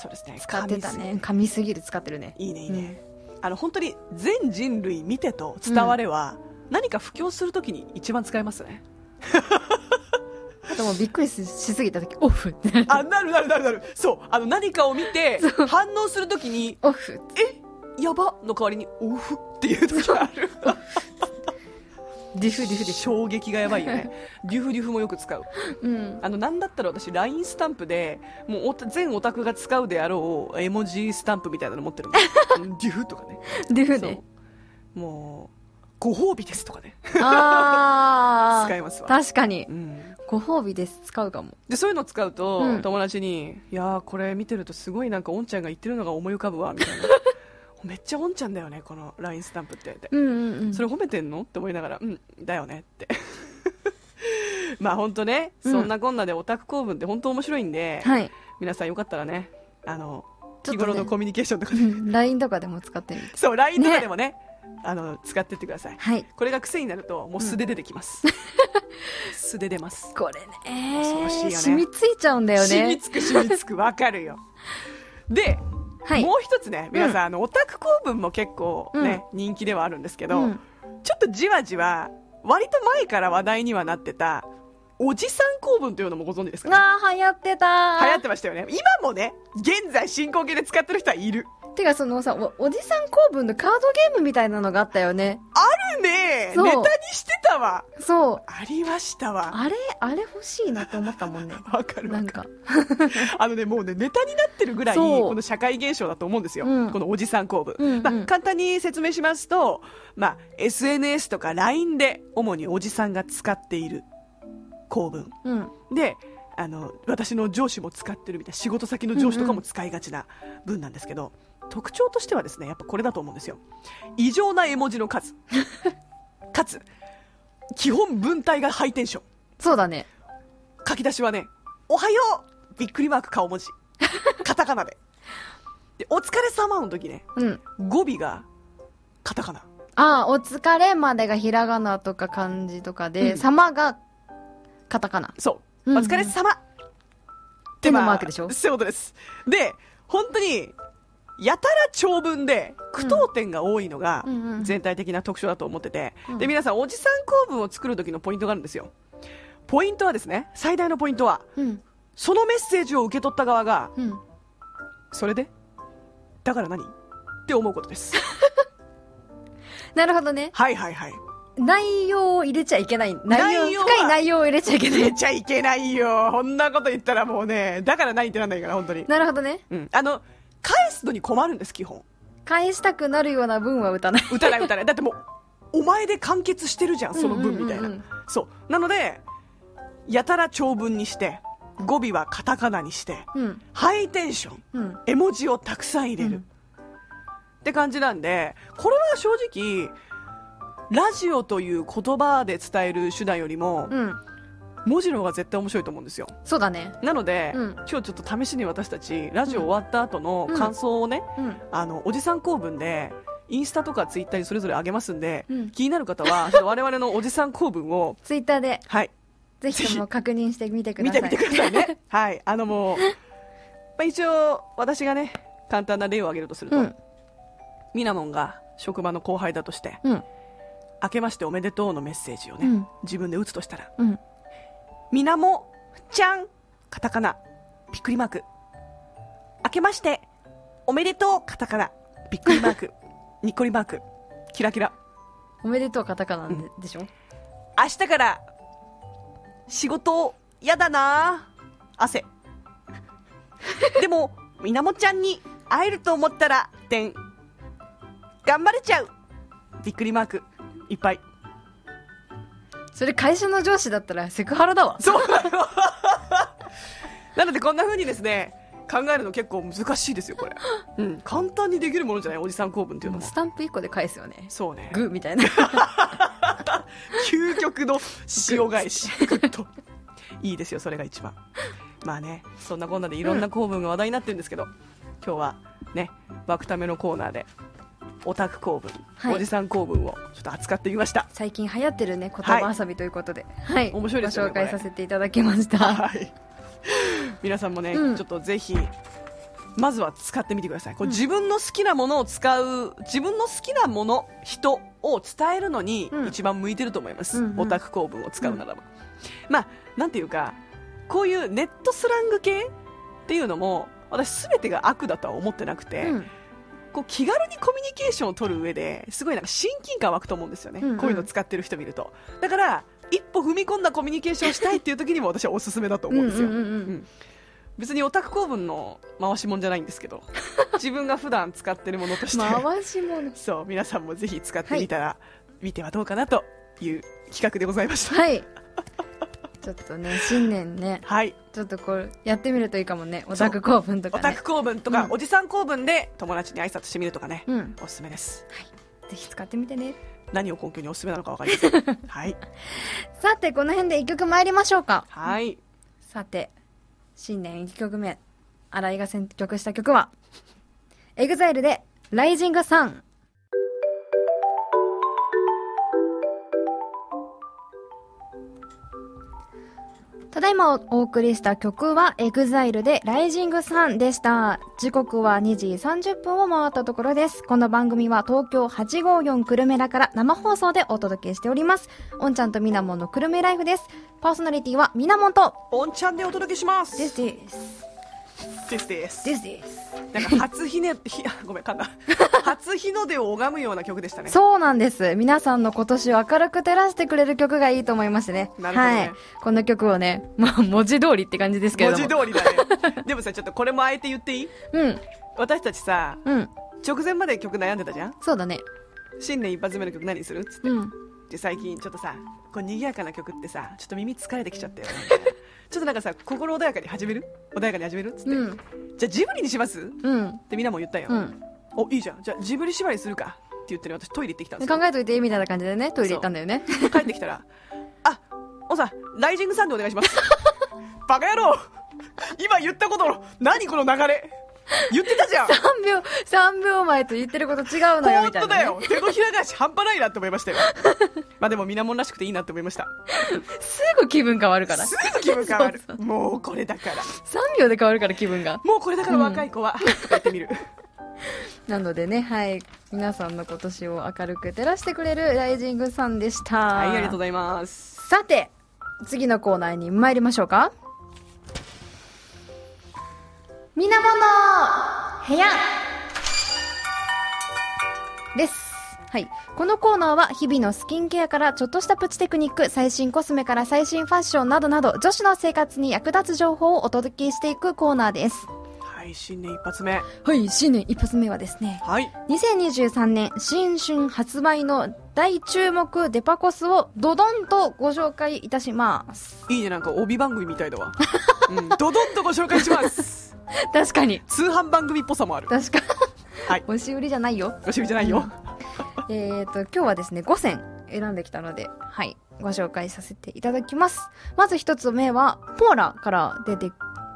[SPEAKER 1] そうですね
[SPEAKER 2] 使ってた
[SPEAKER 1] 噛みす
[SPEAKER 2] ね。噛みすぎる使ってるね。
[SPEAKER 1] ぎいいねいいね、あの本当に全人類見てと伝われは、何か布教するときに一番使えますね
[SPEAKER 2] あともうびっくりししすぎた時、オフってなる。
[SPEAKER 1] あなるなるなるなるそうあの何かを見て反応するときに
[SPEAKER 2] オフって。
[SPEAKER 1] 「やば」の代わりに「オフ」っていう時がある
[SPEAKER 2] ディフディフでしょ。
[SPEAKER 1] 衝撃がやばいよねデュフデュフもよく使う
[SPEAKER 2] うん。
[SPEAKER 1] あのなんだったら私 LINE スタンプでもうおた全オタクが使うであろう絵文字スタンプみたいなの持ってるの うんデュフとかね
[SPEAKER 2] ディフ
[SPEAKER 1] そ
[SPEAKER 2] で
[SPEAKER 1] う。もうご褒美ですとかね、
[SPEAKER 2] あー。
[SPEAKER 1] 使いますわ
[SPEAKER 2] 確かに
[SPEAKER 1] う。ん、
[SPEAKER 2] ご褒美です。使うかも。
[SPEAKER 1] でそういうの使うと、
[SPEAKER 2] うん
[SPEAKER 1] 友達に「いやーこれ見てるとすごいなんかおんちゃんが言ってるのが思い浮かぶわ」み たいな「めっちゃおんちゃんだよねこの LINE スタンプって」って
[SPEAKER 2] うんうんうん。
[SPEAKER 1] それ褒めてんのって思いながら「うんだよね」って まあ本当ね、
[SPEAKER 2] うん
[SPEAKER 1] そんなこんなでオタク構文って本当面白いんで、
[SPEAKER 2] はい。
[SPEAKER 1] 皆さんよかったらねあの
[SPEAKER 2] ちょっとね
[SPEAKER 1] 日頃のコミュニケーションとか
[SPEAKER 2] う
[SPEAKER 1] で、
[SPEAKER 2] ん LINE とかでも使ってみて。
[SPEAKER 1] そう LINE とかでもねあの使ってってください
[SPEAKER 2] はい。
[SPEAKER 1] これが癖になるともう素で出てき ます、素で出ます
[SPEAKER 2] これね。
[SPEAKER 1] 恐ろしいよね
[SPEAKER 2] 染みついちゃうんだよ
[SPEAKER 1] 染み
[SPEAKER 2] ね。
[SPEAKER 1] つく染みつくわかるよで、
[SPEAKER 2] はい。
[SPEAKER 1] もう一つね皆さん、あのオタク構文も結構ね、人気ではあるんですけど、
[SPEAKER 2] うん
[SPEAKER 1] ちょっとじわじわ割と前から話題にはなってたおじさん構文というのもご存知ですか、
[SPEAKER 2] あー、流行ってたー。
[SPEAKER 1] 流行ってましたよね今もね現在進行形で使ってる人はいる
[SPEAKER 2] てかそのさおおじさん公文のカードゲームみたいなのがあったよね
[SPEAKER 1] ねえネタ
[SPEAKER 2] そう
[SPEAKER 1] にしてたわ
[SPEAKER 2] そう
[SPEAKER 1] ありましたわ
[SPEAKER 2] あれあれ欲しいなって思ったもんね
[SPEAKER 1] わかるわ
[SPEAKER 2] な
[SPEAKER 1] か
[SPEAKER 2] ん
[SPEAKER 1] る
[SPEAKER 2] か
[SPEAKER 1] あのね、もうね、ネタになってるぐらい、
[SPEAKER 2] そう
[SPEAKER 1] この社会現象だと思うんですよ。
[SPEAKER 2] うん
[SPEAKER 1] このおじさん公文、
[SPEAKER 2] うんうん
[SPEAKER 1] まあ、簡単に説明しますと、まあ、SNS とか LINE で、主におじさんが使っている公文。
[SPEAKER 2] うん
[SPEAKER 1] で、あの、私の上司も使ってるみたいな、仕事先の上司とかも使いがちな文なんですけど、特徴としてはですね、やっぱこれだと思うんですよ。異常な絵文字の数。 かつ、基本文体がハイテンション。
[SPEAKER 2] そうだね
[SPEAKER 1] 書き出しはね、おはようびっくりマーク顔文字。カタカナで。で、お疲れ様の時ね、
[SPEAKER 2] うん
[SPEAKER 1] 語尾がカタカナ。
[SPEAKER 2] ああお疲れまでがひらがなとか漢字とかで、
[SPEAKER 1] うん
[SPEAKER 2] 様がカタカナ
[SPEAKER 1] そう。
[SPEAKER 2] うんうん
[SPEAKER 1] お疲れ様
[SPEAKER 2] 手のマークでしょ
[SPEAKER 1] そういうことです。で、本当にやたら長文で句読点が多いのが
[SPEAKER 2] うんうん
[SPEAKER 1] 全体的な特徴だと思ってて、
[SPEAKER 2] うん
[SPEAKER 1] で皆さんおじさん構文を作る時のポイントがあるんですよポイントはですね最大のポイントは
[SPEAKER 2] うん
[SPEAKER 1] そのメッセージを受け取った側が
[SPEAKER 2] うん
[SPEAKER 1] それでだから何って思うことです
[SPEAKER 2] なるほどね
[SPEAKER 1] はいはいはい
[SPEAKER 2] 内容を入れちゃいけない内容
[SPEAKER 1] 内容は
[SPEAKER 2] 深い内容を入れちゃいけな
[SPEAKER 1] 入れ
[SPEAKER 2] い
[SPEAKER 1] ちゃいけないよこんなこと言ったらもうねだから何ってなんないから本当に
[SPEAKER 2] なるほどね
[SPEAKER 1] うんあの返すのに困るんです基本
[SPEAKER 2] 返したくなるような文は打たない
[SPEAKER 1] 打たない打たないだってもうお前で完結してるじゃんその文みたい
[SPEAKER 2] うん
[SPEAKER 1] な
[SPEAKER 2] う
[SPEAKER 1] ん
[SPEAKER 2] うんうん
[SPEAKER 1] そうなのでやたら長文にして語尾はカタカナにして
[SPEAKER 2] うん
[SPEAKER 1] ハイテンション
[SPEAKER 2] うん
[SPEAKER 1] 絵文字をたくさん入れる、
[SPEAKER 2] うん
[SPEAKER 1] って感じなんでこれは正直ラジオという言葉で伝える手段よりも、
[SPEAKER 2] うん
[SPEAKER 1] 文字の方が絶対面白いと思うんですよ
[SPEAKER 2] そうだね
[SPEAKER 1] なので、
[SPEAKER 2] うん
[SPEAKER 1] 今日ちょっと試しに私たちラジオ終わった後の感想をね、
[SPEAKER 2] うん
[SPEAKER 1] あのおじさん公文でインスタとかツイッターにそれぞれあげますんで、
[SPEAKER 2] うん
[SPEAKER 1] 気になる方は ちょっと我々のおじさん公文を
[SPEAKER 2] ツイッターで
[SPEAKER 1] はい
[SPEAKER 2] ぜひとも確認してみてくだ
[SPEAKER 1] 見
[SPEAKER 2] さ
[SPEAKER 1] てみて
[SPEAKER 2] い
[SPEAKER 1] ください ねはいあのもう、まあ、一応私がね簡単な例を挙げるとすると、
[SPEAKER 2] うん
[SPEAKER 1] ミナモンが職場の後輩だとして
[SPEAKER 2] うん
[SPEAKER 1] 「明けましておめでとう」のメッセージをね、
[SPEAKER 2] うん
[SPEAKER 1] 自分で打つとしたら
[SPEAKER 2] うん
[SPEAKER 1] 「みなもちゃん」カタカナびっくりマーク「明けましておめでとう」カタカナびっくりマー クにっこりマークキラキラ
[SPEAKER 2] おめでとうカタカナででしょ
[SPEAKER 1] 明日から仕事やだな汗でもみなもちゃんに会えると思ったら点頑張れちゃうびっくりマークいっぱい
[SPEAKER 2] それ会社の上司だったらセクハラだわ
[SPEAKER 1] そうなのでこんな風にですね考えるの結構難しいですよこれ、うん、簡単にできるものじゃないおじさん構文っていうのも
[SPEAKER 2] スタンプ1個で返すよね
[SPEAKER 1] そうね
[SPEAKER 2] グーみたいな
[SPEAKER 1] 究極の塩返しグッといいですよそれが一番まあねそんなこんなでいろんな公文が話題になってるんですけど、今日はね湧くためのコーナーでオタク公文、
[SPEAKER 2] はい
[SPEAKER 1] おじさん公文をちょっと扱ってみました
[SPEAKER 2] 最近流行ってるね言葉遊びということではい
[SPEAKER 1] 面白いですよね
[SPEAKER 2] ご紹介
[SPEAKER 1] これ
[SPEAKER 2] させていただきました
[SPEAKER 1] はい皆さんもね、
[SPEAKER 2] うん
[SPEAKER 1] ちょっとぜひまずは使ってみてくださいこう自分の好きなものを使う自分の好きなもの人を伝えるのに
[SPEAKER 2] うん
[SPEAKER 1] 一番向いてると思います、
[SPEAKER 2] うんうん
[SPEAKER 1] オタク構文を使うならば、まあなんていうかこういうネットスラング系っていうのも私全てが悪だとは思ってなくて、
[SPEAKER 2] うん
[SPEAKER 1] こう気軽にコミュニケーションを取る上ですごいなんか親近感湧くと思うんですよね、
[SPEAKER 2] うんうん
[SPEAKER 1] こういうの使ってる人見るとだから一歩踏み込んだコミュニケーションをしたいっていう時にも私はおすすめだと思うんですよ、
[SPEAKER 2] うんうんうんうん
[SPEAKER 1] 別にオタク構文の回しもんじゃないんです けど自分が普段使ってるものとして
[SPEAKER 2] 回し物
[SPEAKER 1] そう皆さんもぜひ使ってみたら、見てはどうかなという企画でございました
[SPEAKER 2] はいちょっとね新年ね
[SPEAKER 1] はい
[SPEAKER 2] ちょっとこうやってみるといいかもねオタク興奮と
[SPEAKER 1] オ
[SPEAKER 2] か
[SPEAKER 1] タ
[SPEAKER 2] ね
[SPEAKER 1] ク構文とか、
[SPEAKER 2] うん
[SPEAKER 1] おじさん構文で友達に挨拶してみるとかね、
[SPEAKER 2] うん
[SPEAKER 1] おすすめです
[SPEAKER 2] ぜひ使ってみてね
[SPEAKER 1] 何を根拠におすすめなのかわかりませ んはい
[SPEAKER 2] さてこの辺で一曲参りましょうか
[SPEAKER 1] はい
[SPEAKER 2] さて新年1曲目新井が選曲した曲は EXILE で「ライジングサンただいまお送りした曲は EXILE で Rising Sun でした。時刻は2時30分を回ったところです。この番組は東京854久留米らから生放送でお届けしております。おんちゃんとみなもんの久留米ライフです。パーソナリティはみなもんと、
[SPEAKER 1] オンチャンでお届けします
[SPEAKER 2] ですです。
[SPEAKER 1] ですです
[SPEAKER 2] ですです。
[SPEAKER 1] なんか初ひねひ ごめん噛 んだ初日の出を拝むような曲でしたね
[SPEAKER 2] そうなんです。皆さんの今年を明るく照らしてくれる曲がいいと思いましてね。
[SPEAKER 1] なるほどね
[SPEAKER 2] はい。この曲をね、 まあ文字通りって感じですけれ
[SPEAKER 1] 文
[SPEAKER 2] ども。
[SPEAKER 1] 字通りだねでもさちょっとこれもあえて言っていい
[SPEAKER 2] うん。
[SPEAKER 1] 私たちさ
[SPEAKER 2] うん。
[SPEAKER 1] 直前まで曲悩んでたじゃん
[SPEAKER 2] そうだね。
[SPEAKER 1] 新年一発目の曲何にするっつっ
[SPEAKER 2] うん。
[SPEAKER 1] て最近ちょっとさこう賑やかな曲ってさちょっと耳疲れてきちゃったよねちょっとなんかさ心穏やかに始める穏やかに始めるっつって、
[SPEAKER 2] うん。
[SPEAKER 1] じゃあジブリにしますっ
[SPEAKER 2] うん。
[SPEAKER 1] てみんなも言ったよ、
[SPEAKER 2] うん。
[SPEAKER 1] おいいじゃんじゃあジブリ縛りするかって言ってね私トイレ行ってきたんで
[SPEAKER 2] です
[SPEAKER 1] よ
[SPEAKER 2] 考えといてみたいな感じでねトイレ行ったんだよね
[SPEAKER 1] 帰ってきたら「あおさんライジ ングサンでお願いします」バカ野郎今言ったことの何この流れ言ってたじゃん
[SPEAKER 2] 3秒、3秒前と言ってること違うのよ、
[SPEAKER 1] 本
[SPEAKER 2] みた
[SPEAKER 1] 当
[SPEAKER 2] いな、
[SPEAKER 1] だ
[SPEAKER 2] ね。
[SPEAKER 1] よ手のひら返し半端ないなって思いま したよまあでもみなもんらしくていいなって思いました
[SPEAKER 2] すぐ気分変わるから。3
[SPEAKER 1] すぐ気分変わる
[SPEAKER 2] そう
[SPEAKER 1] もうこれだから
[SPEAKER 2] 秒で変わるから、気分が。
[SPEAKER 1] もうこれだから若い 子は、やってみる
[SPEAKER 2] なのでね、はい。皆さんの今年を明るく照らしてくれるライジングさんでした。
[SPEAKER 1] はいありがとうご
[SPEAKER 2] ざ
[SPEAKER 1] ざ
[SPEAKER 2] い
[SPEAKER 1] います
[SPEAKER 2] ます。さて、次のコーナーに参りましょうか。みなもの部屋です。はい。このコーナーは日々のスキンケアからちょっとしたプチテクニック、最新コスメから最新ファッションなどなど、女子の生活に役立つ情報をお届けしていくコーナーです。
[SPEAKER 1] はい新年一発目
[SPEAKER 2] はい、新年一発目はですね、
[SPEAKER 1] はい
[SPEAKER 2] 2023年新春発売の大注目デパコスをドドンとご紹介いたします。
[SPEAKER 1] いいねなんか帯番組みたいだわ、うん、ドドンとご紹介し ます
[SPEAKER 2] 確かに。
[SPEAKER 1] 通販番組っぽさもある
[SPEAKER 2] 確か。
[SPEAKER 1] はい
[SPEAKER 2] 押し売りじゃないよ。
[SPEAKER 1] おしみじゃないよ
[SPEAKER 2] えっと、今日はですね、5選選んできたので、はい、ご紹介させていただきます。まず一つ目は、ポーラから出て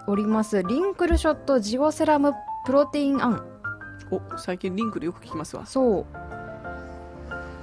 [SPEAKER 2] おります、リンクルショットジオセラムプロテインアン。
[SPEAKER 1] お最近リンクでよく聞きますわ
[SPEAKER 2] そう。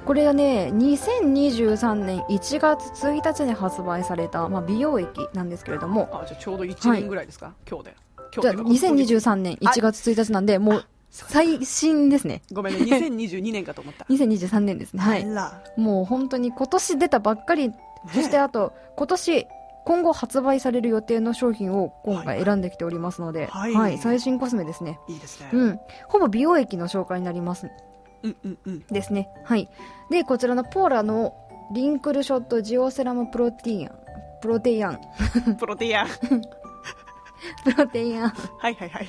[SPEAKER 2] これがね、2023年1月1日に発売された、まあ、美容液なんですけれども、
[SPEAKER 1] あじゃあちょうど1年ぐらいですか、今日で今
[SPEAKER 2] じゃあ
[SPEAKER 1] 日で
[SPEAKER 2] 2023年1月1日なんで、もう最新ですね。
[SPEAKER 1] ごめんね2022年かと思った
[SPEAKER 2] 2023年ですね。は
[SPEAKER 1] あ
[SPEAKER 2] い。
[SPEAKER 1] ら
[SPEAKER 2] もう本当に今年出たばっかり、そしてあと、今年、今後発売される予定の商品を今回選んできておりますので、
[SPEAKER 1] はい
[SPEAKER 2] はい、最新コスメですね。
[SPEAKER 1] いいですね
[SPEAKER 2] うん。ほぼ美容液の紹介になります
[SPEAKER 1] うんうんうん
[SPEAKER 2] ですね。はい。で、こちらのポーラのリンクルショットジオセラムプロテイン、プロテイン、
[SPEAKER 1] プロテイン
[SPEAKER 2] プロテインは
[SPEAKER 1] はいはいはい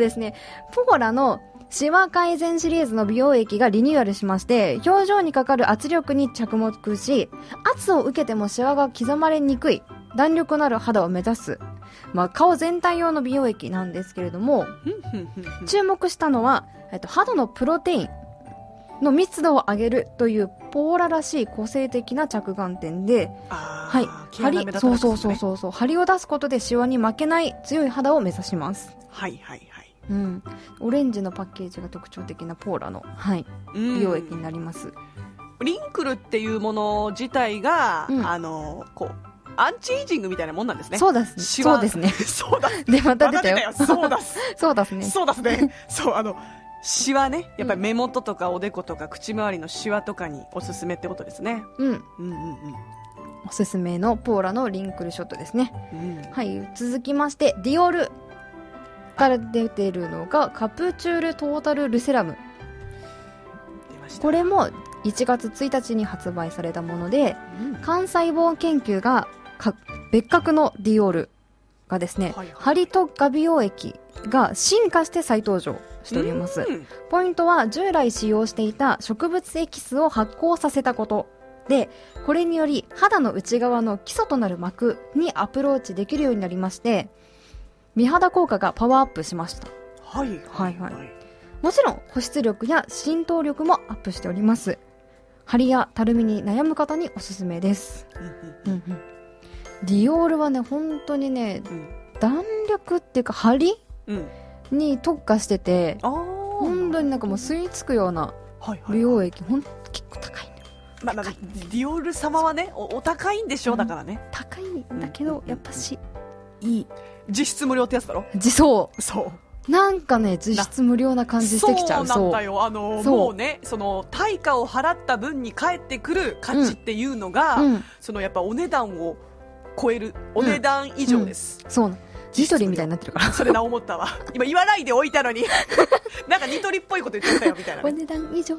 [SPEAKER 2] ですね、ポーラのシワ改善シリーズの美容液がリニューアルしまして、表情にかかる圧力に着目し、圧を受けてもシワが刻まれにくい、弾力のある肌を目指す、まあ、顔全体用の美容液なんですけれども、
[SPEAKER 1] ふんふんふん
[SPEAKER 2] 注目したのは、えっと、肌のプロテインの密度を上げるというポーラらしい個性的な着眼点で、
[SPEAKER 1] あー
[SPEAKER 2] はい、
[SPEAKER 1] 毛穴目立た
[SPEAKER 2] そ
[SPEAKER 1] な
[SPEAKER 2] う
[SPEAKER 1] くする
[SPEAKER 2] そうそう
[SPEAKER 1] ね
[SPEAKER 2] そうそう張りを出すことでシワに負けない強い肌を目指します、
[SPEAKER 1] はいはいはい
[SPEAKER 2] うん、オレンジのパッケージが特徴的なポーラの、はい、
[SPEAKER 1] うん
[SPEAKER 2] 美容液になります、
[SPEAKER 1] リンクルっていうもの自体が、
[SPEAKER 2] うん
[SPEAKER 1] あのこうアンチエイジングみたいなもんなんですね
[SPEAKER 2] そうですね
[SPEAKER 1] シ
[SPEAKER 2] そ
[SPEAKER 1] ワ
[SPEAKER 2] うですね
[SPEAKER 1] そうだ
[SPEAKER 2] でまた出たよ
[SPEAKER 1] またそうだす
[SPEAKER 2] そうですね
[SPEAKER 1] そうだす ねそうあのシワねやっぱり目元とかおでことか口周りのシワとかにおすすめってことですね
[SPEAKER 2] うん
[SPEAKER 1] うんうん
[SPEAKER 2] おすすめのポーラのリンクルショットですね
[SPEAKER 1] うんうん
[SPEAKER 2] はい、続きまして、ディオールから出てるのが、カプチュールトータルルセラム。
[SPEAKER 1] 出ました
[SPEAKER 2] これも1月1日に発売されたもので、
[SPEAKER 1] うん
[SPEAKER 2] 幹細胞研究がか別格のディオールがです
[SPEAKER 1] は
[SPEAKER 2] ね、
[SPEAKER 1] いはい
[SPEAKER 2] ハリとガ美容液が進化して再登場しております。
[SPEAKER 1] うん
[SPEAKER 2] ポイントは従来使用していた植物エキスを発酵させたことでこれにより肌の内側の基礎となる膜にアプローチできるようになりまして美肌効果がパワーアップしました
[SPEAKER 1] はい
[SPEAKER 2] はいはいもちろん保湿力や浸透力もアップしております張りやたるみに悩む方におすすめです、
[SPEAKER 1] うん
[SPEAKER 2] ディオールはね本当にね
[SPEAKER 1] うん
[SPEAKER 2] 弾力っていうか張り
[SPEAKER 1] うんうん
[SPEAKER 2] に特化してて
[SPEAKER 1] ああ
[SPEAKER 2] 本当になんかもう吸い付くような
[SPEAKER 1] はいはい
[SPEAKER 2] 美容液ほんと結構高いのよ
[SPEAKER 1] まあまあ、ディオール様はねおお高いんでしょうだからね
[SPEAKER 2] 高いんだけ
[SPEAKER 1] うんうん
[SPEAKER 2] ど
[SPEAKER 1] うん
[SPEAKER 2] やっぱしいい
[SPEAKER 1] 実質無料ってやつだろ
[SPEAKER 2] 自走
[SPEAKER 1] そう
[SPEAKER 2] なんかね実質無料な感じしてきちゃう
[SPEAKER 1] そうなん
[SPEAKER 2] そ
[SPEAKER 1] だ
[SPEAKER 2] う
[SPEAKER 1] よあの
[SPEAKER 2] そう
[SPEAKER 1] もうねその対価を払った分に返ってくる価値っていうのが、
[SPEAKER 2] うん
[SPEAKER 1] そのやっぱお値段を超えるお値段以上です、
[SPEAKER 2] そうなのニトリみたいになってる から
[SPEAKER 1] それな思ったわ今言わないでおいたの になんかニトリっぽいこと言ってたよみたいな
[SPEAKER 2] お
[SPEAKER 1] ね、
[SPEAKER 2] 値段以上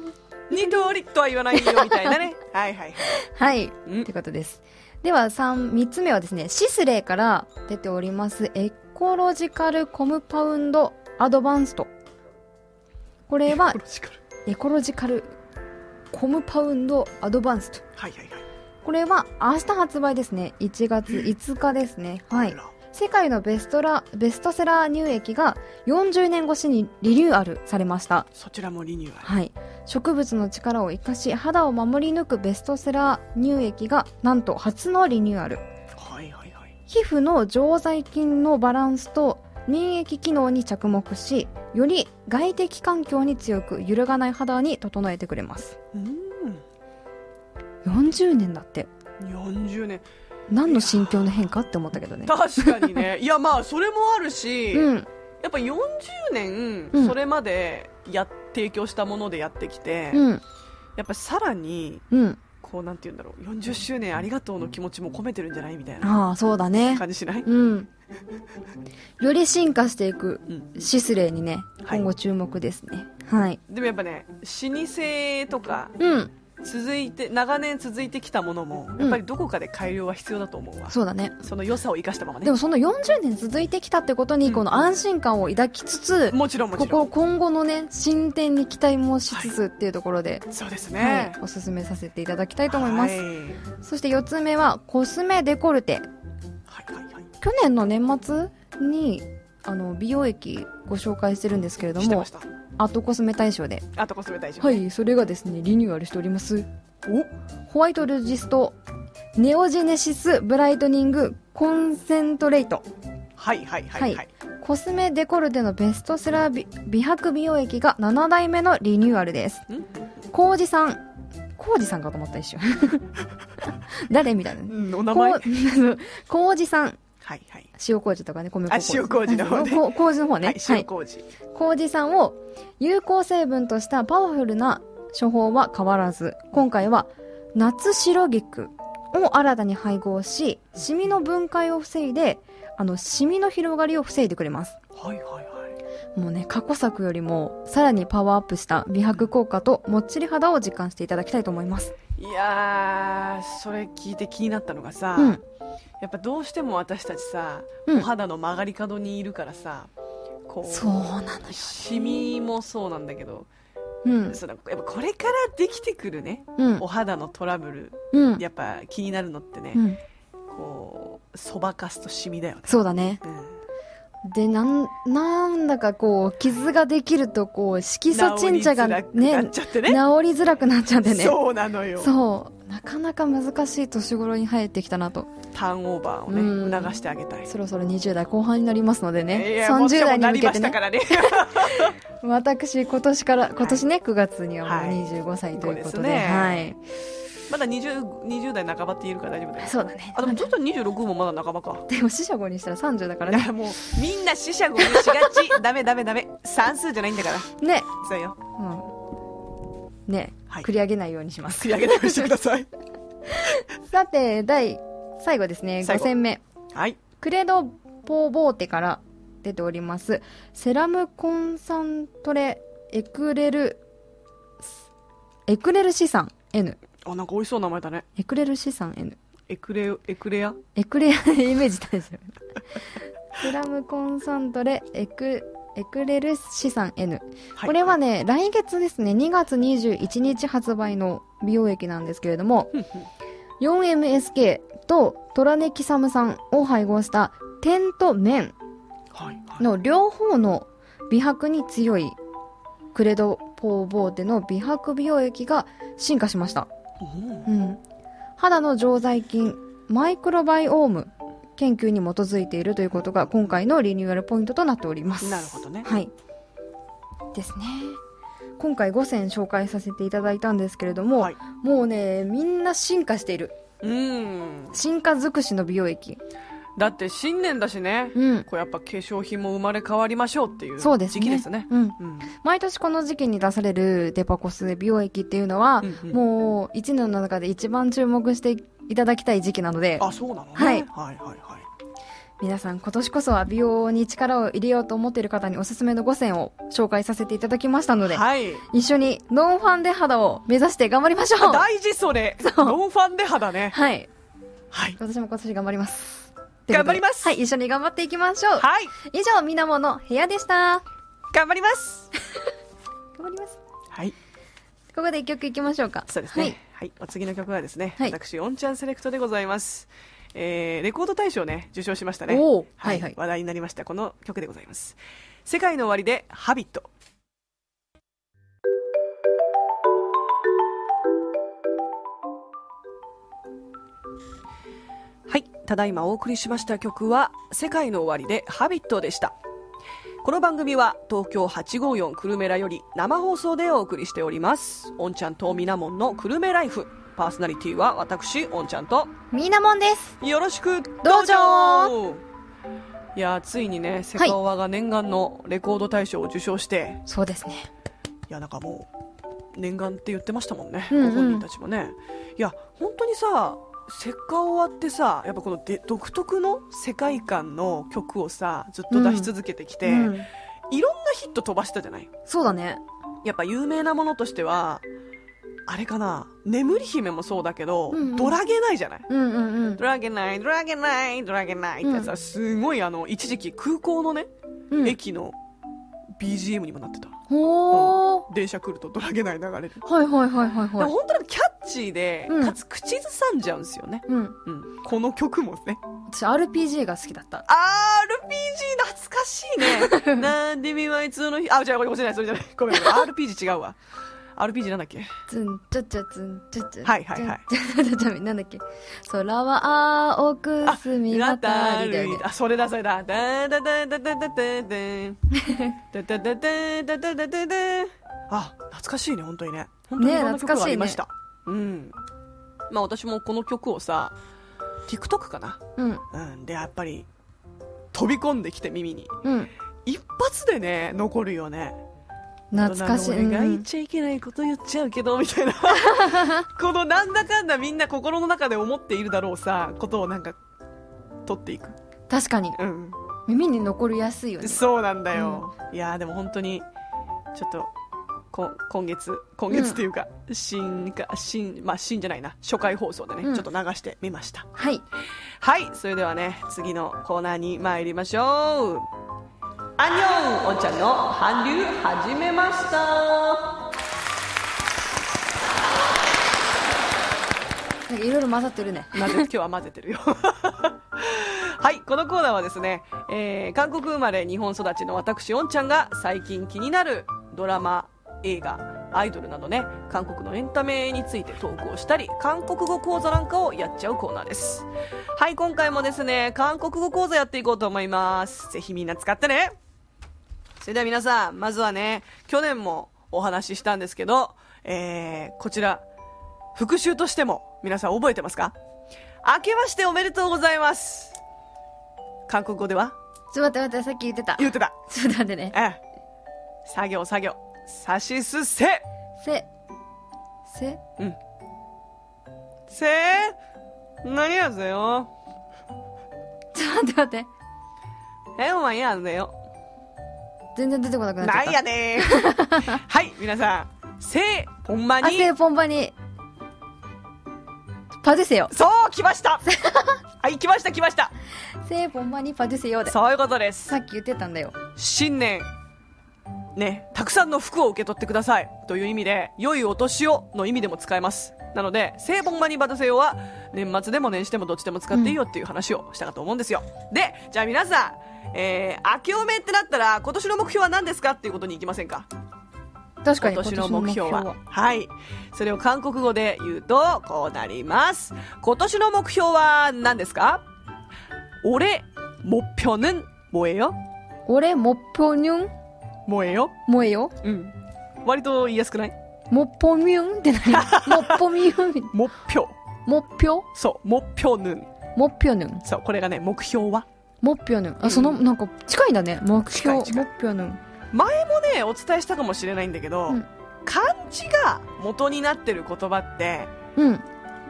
[SPEAKER 1] ニトリとは言わないよみたい なねはいはいはい
[SPEAKER 2] はい
[SPEAKER 1] うん
[SPEAKER 2] ってことですでは3三つ目はですねシスレーから出ておりますエコロジカルコムパウンドアドバンストこれ
[SPEAKER 1] エ
[SPEAKER 2] は
[SPEAKER 1] コロジカル
[SPEAKER 2] エコロジカルコムパウンドアドバンスト
[SPEAKER 1] はいはいはい
[SPEAKER 2] これは明日発売ですね1月5日ですねはい
[SPEAKER 1] あら
[SPEAKER 2] 世界のベストラベストセラー乳液が40年越しにリニューアルされました、
[SPEAKER 1] そちらもリニューアル
[SPEAKER 2] はい、植物の力を生かし肌を守り抜くベストセラー乳液がなんと初のリニューアル
[SPEAKER 1] はいはいはい
[SPEAKER 2] 皮膚の常在菌のバランスと免疫機能に着目しより外的環境に強く揺るがない肌に整えてくれます
[SPEAKER 1] うん
[SPEAKER 2] 40年だって
[SPEAKER 1] 40年
[SPEAKER 2] 何の心境の変化って思ったけどね
[SPEAKER 1] 確かに ねいやまあそれもあるし、
[SPEAKER 2] うん
[SPEAKER 1] やっぱ40年、
[SPEAKER 2] うん
[SPEAKER 1] それまでや提供したものでやってきて、
[SPEAKER 2] うん
[SPEAKER 1] やっぱさらに
[SPEAKER 2] うん
[SPEAKER 1] こうなんて言うんだろう40周年ありがとうの気持ちも込めてるんじゃないみたいな
[SPEAKER 2] ああそうだね
[SPEAKER 1] 感じしない、
[SPEAKER 2] うんより進化していく
[SPEAKER 1] うん、
[SPEAKER 2] シスレーにね
[SPEAKER 1] はい
[SPEAKER 2] 今後注目ですねはい、
[SPEAKER 1] でもやっぱね老舗とか
[SPEAKER 2] うん
[SPEAKER 1] 続いて長年続いてきたものもやっぱりどこかで改良は必要だと思うわ、
[SPEAKER 2] そうだね
[SPEAKER 1] その良さを生かしたままね
[SPEAKER 2] でもその40年続いてきたってこと
[SPEAKER 1] う
[SPEAKER 2] に
[SPEAKER 1] ん
[SPEAKER 2] この安心感を抱きつつ、
[SPEAKER 1] もちろんも
[SPEAKER 2] こ
[SPEAKER 1] ちろん
[SPEAKER 2] こ今後のね進展に期待もしつつっていうところで、
[SPEAKER 1] そうです
[SPEAKER 2] はい
[SPEAKER 1] ね、
[SPEAKER 2] おすすめさせていただきたいと思います、
[SPEAKER 1] はい
[SPEAKER 2] そして4つ目はコスメデコル
[SPEAKER 1] は
[SPEAKER 2] テ
[SPEAKER 1] いはいはい
[SPEAKER 2] 去年の年末にあの美容液ご紹介してるんですけれど
[SPEAKER 1] してま
[SPEAKER 2] も
[SPEAKER 1] した
[SPEAKER 2] アットコスメ大賞で
[SPEAKER 1] あとコスメ大臣
[SPEAKER 2] はいそれがですねリニューアルしておりますホワイトルジストネオジネシスブライトニングコンセントレイト
[SPEAKER 1] はいはいはいは
[SPEAKER 2] はいいコスメデコルテのベストセラー美美白美容液が7代目のリニューアルです
[SPEAKER 1] ん
[SPEAKER 2] コウジさんコウジさんかと思った一瞬 誰みたいなね
[SPEAKER 1] うんお名前
[SPEAKER 2] こ
[SPEAKER 1] はいう
[SPEAKER 2] コウジさん
[SPEAKER 1] はい
[SPEAKER 2] 塩麹とかね米粉
[SPEAKER 1] あ塩麹の方ね
[SPEAKER 2] こう麹の方ね
[SPEAKER 1] はい
[SPEAKER 2] は
[SPEAKER 1] 塩
[SPEAKER 2] い
[SPEAKER 1] 麹
[SPEAKER 2] 麹さんを有効成分としたパワフルな処方は変わらず今回は夏白菊を新たに配合しシミの分解を防いであのシミの広がりを防いでくれます
[SPEAKER 1] はいはいはい
[SPEAKER 2] もうね過去作よりもさらにパワーアップした美白効果ともっちり肌を実感していただきたいと思います
[SPEAKER 1] いやーそれ聞いて気になったのがさ、
[SPEAKER 2] うん
[SPEAKER 1] やっぱどうしても私たちさ、
[SPEAKER 2] うん
[SPEAKER 1] お肌の曲がり角にいるからさこう
[SPEAKER 2] そうなのよ
[SPEAKER 1] シミもそうなんだけど、
[SPEAKER 2] うん
[SPEAKER 1] そのやっぱこれからできてくるね、
[SPEAKER 2] うん
[SPEAKER 1] お肌のトラブル
[SPEAKER 2] うん
[SPEAKER 1] やっぱ気になるのってね、
[SPEAKER 2] うん
[SPEAKER 1] こうそばかすとシミだよね、
[SPEAKER 2] そうだね
[SPEAKER 1] う
[SPEAKER 2] でなんなんだかこう傷ができるとこう色
[SPEAKER 1] ん、
[SPEAKER 2] 素沈着がね
[SPEAKER 1] 治りづらくな
[SPEAKER 2] ね
[SPEAKER 1] っちゃって
[SPEAKER 2] 治り
[SPEAKER 1] ね
[SPEAKER 2] づらくなっちゃってね
[SPEAKER 1] そうなのよ
[SPEAKER 2] そうなかなか難しい年頃に入ってきたなと
[SPEAKER 1] ターンオーバーをね、
[SPEAKER 2] うん
[SPEAKER 1] 促してあげたい
[SPEAKER 2] そろそろ20代後半になりますので
[SPEAKER 1] い
[SPEAKER 2] ね
[SPEAKER 1] や
[SPEAKER 2] 30代に向け
[SPEAKER 1] も
[SPEAKER 2] て
[SPEAKER 1] う
[SPEAKER 2] ね
[SPEAKER 1] でもなりました
[SPEAKER 2] 私今年から今年ね9月には
[SPEAKER 1] はい
[SPEAKER 2] もう25歳ということ
[SPEAKER 1] そうで
[SPEAKER 2] です
[SPEAKER 1] ねか
[SPEAKER 2] はい
[SPEAKER 1] らね まだ 20, 20代半ばって言えるから大丈夫だよ
[SPEAKER 2] そうだね
[SPEAKER 1] あでもちょっと26もまだ半ばか
[SPEAKER 2] でも四捨五入したら30だから
[SPEAKER 1] い
[SPEAKER 2] ね
[SPEAKER 1] やもうみんな死者五入しがち ダメダメダメ算数じゃないんだから
[SPEAKER 2] ね、
[SPEAKER 1] そうよ
[SPEAKER 2] うん、ね、
[SPEAKER 1] はい
[SPEAKER 2] 繰り上げないようにします
[SPEAKER 1] 作り上げてみしてください
[SPEAKER 2] さて第最後ですね
[SPEAKER 1] 最
[SPEAKER 2] 5
[SPEAKER 1] 後
[SPEAKER 2] 戦目
[SPEAKER 1] はい
[SPEAKER 2] クレドポーボーテから出ておりますセラムコンサントレエクレルエクレル資産 N
[SPEAKER 1] あなんか美味しそうな名前だね
[SPEAKER 2] エクレル資産 N
[SPEAKER 1] エクレエクレア
[SPEAKER 2] エクレア イメージ大丈夫セラムコンサントレエクエクレル資産 N これは
[SPEAKER 1] ね
[SPEAKER 2] ね、来月ですね、2月21日発売の美容液なんですけれども、4MSK とトラネキサム酸を配合した点と面
[SPEAKER 1] はいはい
[SPEAKER 2] の両方の美白に強いクレドポーボーテの美白美容液が進化しました。
[SPEAKER 1] うん
[SPEAKER 2] うん、肌の常在菌マイクロバイオーム研究に基づいているということが今回のリニューアルポイントとなっております
[SPEAKER 1] なるほどね
[SPEAKER 2] はいですね今回5選紹介させていただいたんですけれども、
[SPEAKER 1] はい
[SPEAKER 2] もうねみんな進化している
[SPEAKER 1] うん
[SPEAKER 2] 進化尽くしの美容液
[SPEAKER 1] だって新年だしね、
[SPEAKER 2] うん
[SPEAKER 1] こうやっぱ化粧品も生まれ変わりましょうっていう
[SPEAKER 2] そうですね
[SPEAKER 1] 時期ですね
[SPEAKER 2] うん
[SPEAKER 1] うん
[SPEAKER 2] 毎年この時期に出されるデパコス美容液っていうのは、
[SPEAKER 1] うんうん
[SPEAKER 2] もう1年の中で一番注目していただきたい時期なので
[SPEAKER 1] あそうなのね、
[SPEAKER 2] はい
[SPEAKER 1] はいはいはい
[SPEAKER 2] 皆さん今年こそは美容に力を入れようと思っている方におすすめの5選を紹介させていただきましたので、
[SPEAKER 1] はい
[SPEAKER 2] 一緒にノンファンデ肌を目指して頑張りましょう
[SPEAKER 1] 大事それノンファンデ肌ね
[SPEAKER 2] はい
[SPEAKER 1] はい
[SPEAKER 2] 私も今年頑張ります
[SPEAKER 1] 頑張ります
[SPEAKER 2] ということではい一緒に頑張っていきましょう
[SPEAKER 1] はい
[SPEAKER 2] 以上みなもの部屋でした
[SPEAKER 1] 頑張ります
[SPEAKER 2] 頑張ります
[SPEAKER 1] はい
[SPEAKER 2] ここで一曲いきましょうか
[SPEAKER 1] そうですね。はい、お次の曲はですね、
[SPEAKER 2] はい
[SPEAKER 1] 私、オンチャンセレクトでございます。えーレコード大賞をね、受賞しましたね。
[SPEAKER 2] おー
[SPEAKER 1] は、
[SPEAKER 2] はいいはい
[SPEAKER 1] 話題になりました、この曲でございます。世界の終わりで、ハビット。はい、ただいまお送りしました曲は、世界の終わりで、ハビットでした。この番組は東京854久留米らより生放送でお送りしておりますおんちゃんとみなもんの久留米ライフパーソナリティは私おんちゃんと
[SPEAKER 2] みなもんです。
[SPEAKER 1] よろしく
[SPEAKER 2] どうぞ
[SPEAKER 1] いやーついにねセカオワが念願のレコード大賞を受賞して、い、
[SPEAKER 2] そうですね。
[SPEAKER 1] やなんかもう念願って言ってましたもんね、
[SPEAKER 2] うんうん
[SPEAKER 1] ご本人たちもねいや本当にさセカオワってさやっぱこので独特の世界観の曲をさずっと出し続けてきて、
[SPEAKER 2] う
[SPEAKER 1] い
[SPEAKER 2] ん、
[SPEAKER 1] ろんなヒット飛ばしたじゃない
[SPEAKER 2] そうだね。
[SPEAKER 1] やっぱ有名なものとしてはあれかな「眠り姫」もそうだけど、
[SPEAKER 2] うんうん
[SPEAKER 1] ドラゲないじゃない
[SPEAKER 2] うんうんうん
[SPEAKER 1] ド。ラゲナイドラゲナイドラゲナイってやつはすごいあの一時期空港のね、
[SPEAKER 2] うん、
[SPEAKER 1] 駅の BGM にもなってた
[SPEAKER 2] ほー。
[SPEAKER 1] 電車来るとドラゲナイ流れる、
[SPEAKER 2] はいはいはいはい
[SPEAKER 1] でも
[SPEAKER 2] はい。
[SPEAKER 1] 本当にキャッチーで、
[SPEAKER 2] うん
[SPEAKER 1] かつ口ずさんじゃうんですよね、
[SPEAKER 2] うん。
[SPEAKER 1] うん、この曲もね
[SPEAKER 2] 私 RPG が好きだった。
[SPEAKER 1] RPG 懐かし いねなんで見舞い通の日あ違うこれこれじゃないそれじゃないごめんごめん RPG 違うわ RPG なんだっけ
[SPEAKER 2] つんちょちょつんちょちょ。
[SPEAKER 1] はいはいはい
[SPEAKER 2] ちょちょちょちょなんだっけ。空は青く澄み
[SPEAKER 1] ラ
[SPEAKER 2] 渡
[SPEAKER 1] タ
[SPEAKER 2] りだよ
[SPEAKER 1] ルイ
[SPEAKER 2] ね。
[SPEAKER 1] あそれだそれだダダダダダダダダダダダダダダダダあ懐かしいね本当にね本当にいろんな曲がありました、うんまあ私もこの曲をさ TikTok かな
[SPEAKER 2] うん
[SPEAKER 1] うんでやっぱり飛び込んできて耳に
[SPEAKER 2] うん。
[SPEAKER 1] 一発でね残るよね
[SPEAKER 2] 懐かしい。
[SPEAKER 1] 大人の俺が
[SPEAKER 2] う
[SPEAKER 1] 言っ
[SPEAKER 2] ん
[SPEAKER 1] ちゃいけないこと言っちゃうけどみたいなこのなんだかんだみんな心の中で思っているだろうさことをなんか取っていく
[SPEAKER 2] 確かに
[SPEAKER 1] うん
[SPEAKER 2] 耳に残りやすいよね。
[SPEAKER 1] そうなんだよ、いやーでも本当にちょっとこ今月今月というか、新か新まあ新じゃないな初回放送でね、
[SPEAKER 2] うん
[SPEAKER 1] ちょっと流してみました
[SPEAKER 2] はい。
[SPEAKER 1] はいそれではね次のコーナーに参りましょうアンニョンおんちゃんの韓流始めました
[SPEAKER 2] なんかいろいろ混ざってるね。
[SPEAKER 1] 混ぜ今日は混ぜてるよ はいこのコーナーはですね、えー韓国生まれ日本育ちの私おんちゃんが最近気になるドラマ映画アイドルなどね韓国のエンタメについてトークをしたり韓国語講座なんかをやっちゃうコーナーですはい今回もですね韓国語講座やっていこうと思いますぜひみんな使ってねそれでは皆さんまずはね去年もお話ししたんですけど、えー、こちら復習としても皆さん覚えてますか明けましておめでとうございます韓国語では
[SPEAKER 2] ちょっと待って待って、さっき言ってた。
[SPEAKER 1] 言ってた
[SPEAKER 2] ちょっと待ってね。
[SPEAKER 1] ええ作業作業さしすせ
[SPEAKER 2] せ、せ、
[SPEAKER 1] せ何やぜよ
[SPEAKER 2] ちょっと待って待って。
[SPEAKER 1] えお前やぜよ
[SPEAKER 2] 全然出てこなくなっちゃっ
[SPEAKER 1] な
[SPEAKER 2] た。
[SPEAKER 1] んや ねーはい皆さんせほんま
[SPEAKER 2] あ
[SPEAKER 1] に
[SPEAKER 2] せポンバに、パデュセよ。
[SPEAKER 1] そう来ましたはい来ました来ました
[SPEAKER 2] せポンバにパデュセよで。さ
[SPEAKER 1] そういうことです
[SPEAKER 2] っき言ってたんだよ。
[SPEAKER 1] 新年ねたくさんの服を受け取ってくださいという意味で良いお年をの意味でも使えますなので聖本マニバトセヨは年末でも年始でもどっちでも使っていいよっていう話をしたかと思うんですよ、でじゃあ皆さんえー、明けおめってなったら今年の目標は何ですかっていうことに行きませんか
[SPEAKER 2] 確か
[SPEAKER 1] 今
[SPEAKER 2] に
[SPEAKER 1] 年の目標ははいそれを韓国語で言うとこうなります今年の目標は何ですか俺目標는뭐예요
[SPEAKER 2] 俺、もっぽにゅん、
[SPEAKER 1] 뭐예요
[SPEAKER 2] もえよ。
[SPEAKER 1] うん。割と言いやすくない
[SPEAKER 2] もっぽみゅんって 何もっぽみゅん。
[SPEAKER 1] 目標。
[SPEAKER 2] もっぴょ
[SPEAKER 1] そう、目標ぬん。
[SPEAKER 2] もっぴょぬん。
[SPEAKER 1] そう、これがね、目標は。
[SPEAKER 2] もっぴょぬん。あ、その、なんか、近いんだね。目
[SPEAKER 1] 近
[SPEAKER 2] 標、
[SPEAKER 1] い近
[SPEAKER 2] も
[SPEAKER 1] い
[SPEAKER 2] っぴょぬん。
[SPEAKER 1] 前もね、お伝えしたかもしれないんだけど、
[SPEAKER 2] うん
[SPEAKER 1] 漢字が元になってる言葉って、
[SPEAKER 2] うん。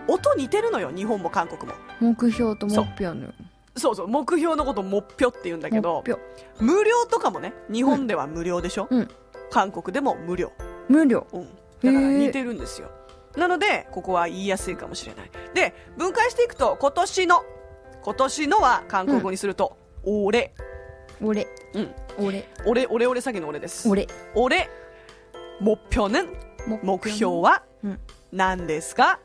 [SPEAKER 1] 音似てるのよ、日本も韓国も。
[SPEAKER 2] 目標ともっぴょぬん。
[SPEAKER 1] そうそう、目標のことを目標って言うんだけ
[SPEAKER 2] も
[SPEAKER 1] ど
[SPEAKER 2] っ、ぴょ。
[SPEAKER 1] 無料とかもね、日本では無料でしょ、
[SPEAKER 2] うん
[SPEAKER 1] 韓国でも無料。
[SPEAKER 2] 無料。
[SPEAKER 1] うん。だから似てるんですよ。なので、ここは言いやすいかもしれない。で、分解していくと、今年の、今年のは韓国語にすると、俺、
[SPEAKER 2] 俺、
[SPEAKER 1] うん。
[SPEAKER 2] 俺、
[SPEAKER 1] 俺、俺、俺詐欺の俺です。
[SPEAKER 2] 俺。
[SPEAKER 1] 俺、目標는、
[SPEAKER 2] も
[SPEAKER 1] 目標は
[SPEAKER 2] うん、
[SPEAKER 1] 何ですか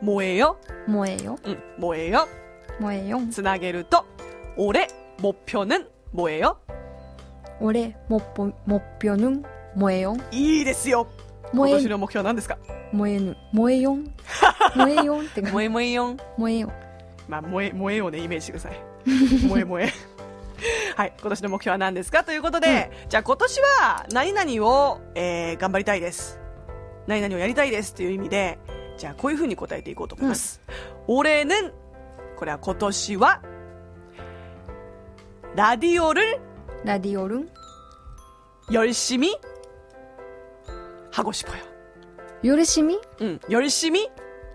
[SPEAKER 1] 燃えよ。
[SPEAKER 2] もえよ。
[SPEAKER 1] うん、燃えよ。
[SPEAKER 2] もえよ。
[SPEAKER 1] つなげると、俺、目標는燃えよ。
[SPEAKER 2] 俺、もっぽ、もっぴょぬん、もえよ。
[SPEAKER 1] いいですよ。
[SPEAKER 2] も
[SPEAKER 1] 今
[SPEAKER 2] え
[SPEAKER 1] 年の目標は何ですか
[SPEAKER 2] 燃えぬ燃えよ ん燃えよんってか
[SPEAKER 1] 燃え燃えよん。
[SPEAKER 2] 燃えよん
[SPEAKER 1] まあ、燃え、燃えをね、イメージしてください。燃え燃え。 はい、今年の目標は何ですかということで、じゃあ今年は何々を、えー頑張りたいです。何々をやりたいですという意味で、じゃあこういうふうに答えていこうと思います。俺ね、これは今年は、ラディオル
[SPEAKER 2] ラディオルン
[SPEAKER 1] 열심히하고싶어요
[SPEAKER 2] よるしみ
[SPEAKER 1] 응열심히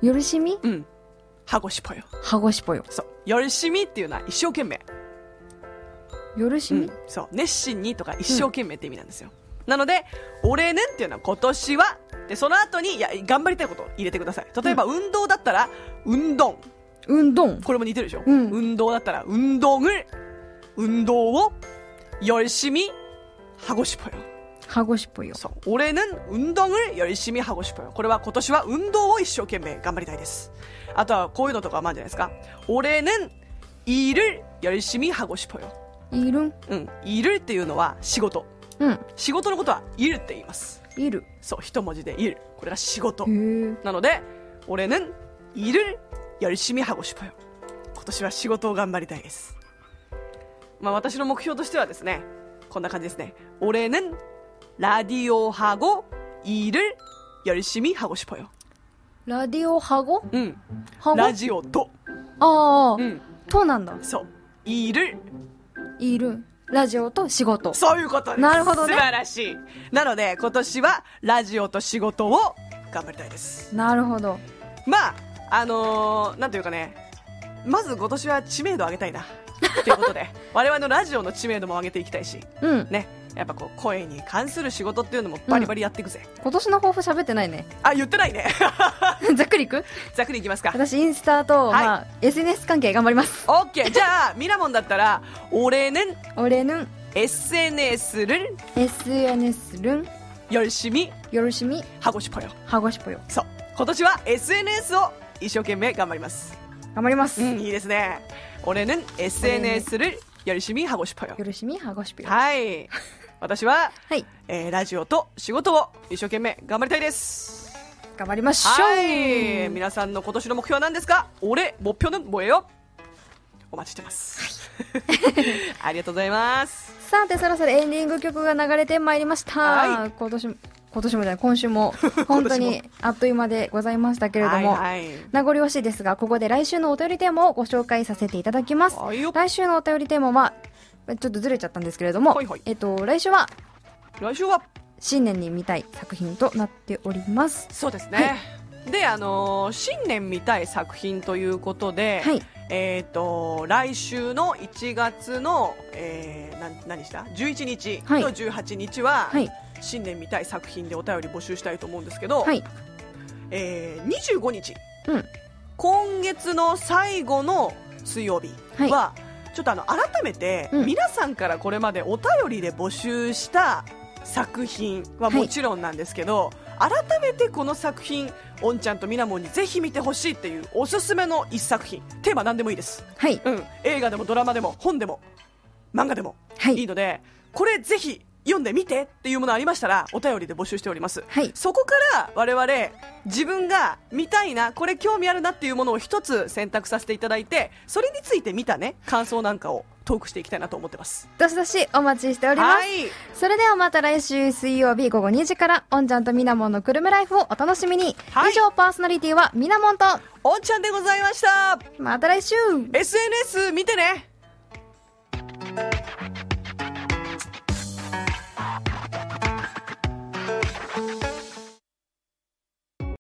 [SPEAKER 2] よるしみ
[SPEAKER 1] 응하고싶어요
[SPEAKER 2] はごしぽよ。
[SPEAKER 1] そう열심히っていうのは一生懸命、
[SPEAKER 2] よるし
[SPEAKER 1] う
[SPEAKER 2] み
[SPEAKER 1] ん、そう熱心にとか一生懸命って意味なんですよ、なので「俺ね」っていうのは今年はでその後にいや頑張りたいことを入れてください例えば運動だったら「運動
[SPEAKER 2] うんどん」。
[SPEAKER 1] これも似てるでしょ、
[SPEAKER 2] うん
[SPEAKER 1] 運動だったら「運動을」運動を열심히하고싶어요
[SPEAKER 2] はごしぽよ。
[SPEAKER 1] そう올해는운동을열심히하고싶어요これは今年は運動を一生懸命頑張りたいですあとはこういうのとかもあるんじゃないですか올해는일을열심히하고싶어요
[SPEAKER 2] いるん。
[SPEAKER 1] うん일을っていうのは仕事
[SPEAKER 2] うん。
[SPEAKER 1] 仕事のことは일って言います
[SPEAKER 2] いる。
[SPEAKER 1] そう一文字で일これが仕事
[SPEAKER 2] へえ。
[SPEAKER 1] なので올해는일을열심히하고싶어요今年は仕事を頑張りたいですまあ私の目標としてはですねこんな感じですね올해는ラディオ하고일을열심히하고싶어요
[SPEAKER 2] ラディオはご
[SPEAKER 1] うん
[SPEAKER 2] はご
[SPEAKER 1] ラ
[SPEAKER 2] あ
[SPEAKER 1] ジオと
[SPEAKER 2] あ
[SPEAKER 1] う。ん
[SPEAKER 2] となんだ。
[SPEAKER 1] そういる
[SPEAKER 2] いる。ラジオと仕事。
[SPEAKER 1] そういうことです
[SPEAKER 2] なるほどね
[SPEAKER 1] 素晴らしいなので今年はラジオと仕事を頑張りたいです
[SPEAKER 2] なるほど。
[SPEAKER 1] まあ、あのーなんというかね、まず今年は知名度を上げたいな。という ことで、我々のラジオの知名度も上げていきたいし、
[SPEAKER 2] うん。
[SPEAKER 1] ね、やっぱこう、声に関する仕事っていうのもバリバリやっていくぜ。
[SPEAKER 2] 今年の抱負喋ってないね。
[SPEAKER 1] あ、言ってないね。
[SPEAKER 2] ざっくりいく
[SPEAKER 1] ざっくりいきます か。
[SPEAKER 2] 私インスタと、
[SPEAKER 1] はい
[SPEAKER 2] まあ、SNS 関係頑張ります。
[SPEAKER 1] オッケーじゃあ、ミラモンだったら、俺ね、
[SPEAKER 2] 俺ぬん、
[SPEAKER 1] SNS 를열
[SPEAKER 2] SNS るん、
[SPEAKER 1] 심히
[SPEAKER 2] よろしみ、
[SPEAKER 1] 하고싶어요。
[SPEAKER 2] はごしぽよ。
[SPEAKER 1] そう。今年は SNS を一生懸命頑張ります。
[SPEAKER 2] 頑張ります。
[SPEAKER 1] う
[SPEAKER 2] よ
[SPEAKER 1] ん、いいですね。俺ね、SNS 를열심히하고싶어요。
[SPEAKER 2] ろしみ、はごしぽよ。
[SPEAKER 1] はい。私は、
[SPEAKER 2] はい。
[SPEAKER 1] えーラジオと仕事を一生懸命頑張りたいです。
[SPEAKER 2] 頑張りましょう。
[SPEAKER 1] はい。皆さんの今年の目標は何ですか俺、目標の뭐예요お待ちしてます。 ありがとうございます。
[SPEAKER 2] さて、そろそろエンディング曲が流れてまいりました。
[SPEAKER 1] は
[SPEAKER 2] 今年も、今年もじゃない、今 週も、本当にあっという間でございましたけれども。
[SPEAKER 1] はい、はい。
[SPEAKER 2] 名残惜しいですが、ここで来週のお便りテーマをご紹介させていただきます。
[SPEAKER 1] はいよ
[SPEAKER 2] 来週のお便りテーマは、ちょっとずれちゃったんですけれども、
[SPEAKER 1] はいはい
[SPEAKER 2] えっと、来週は
[SPEAKER 1] 来週は、
[SPEAKER 2] 新年に見たい作品となっております。
[SPEAKER 1] そうですね。で、あのー新年見たい作品ということで、
[SPEAKER 2] はい。
[SPEAKER 1] えっ、と、来週の1月の、えー、なん何した ?11 日
[SPEAKER 2] はい
[SPEAKER 1] と18日は、
[SPEAKER 2] はい。
[SPEAKER 1] 新年見たい作品でお便り募集したいと思うんですけど、
[SPEAKER 2] はい。
[SPEAKER 1] えー、25日、
[SPEAKER 2] うん
[SPEAKER 1] 今月の最後の水曜日は、ちょっとあの改めて、
[SPEAKER 2] うん
[SPEAKER 1] 皆さんからこれまでお便りで募集した作品は
[SPEAKER 2] はい
[SPEAKER 1] もちろんなんですけど、改めてこの作品おんちゃんとみなもんにぜひ見てほしいっていうおすすめの一作品テーマ何でもいいです、
[SPEAKER 2] はい。
[SPEAKER 1] うん、映画でもドラマでも本でも漫画でも
[SPEAKER 2] はい
[SPEAKER 1] いいので、これぜひ読んでみてっていうものありましたらお便りで募集しております、
[SPEAKER 2] はい
[SPEAKER 1] そこから我々自分が見たいなこれ興味あるなっていうものを一つ選択させていただいてそれについて見たね感想なんかをトークしていきたいなと思ってます
[SPEAKER 2] どしどしお待ちしております。
[SPEAKER 1] い
[SPEAKER 2] それではまた来週水曜日午後2時から、おんちゃんとみなもんのくるめライフをお楽しみに。
[SPEAKER 1] はい
[SPEAKER 2] 以上、パーソナリティはみなもんと、
[SPEAKER 1] おんちゃんでございました
[SPEAKER 2] また来週
[SPEAKER 1] SNS 見てね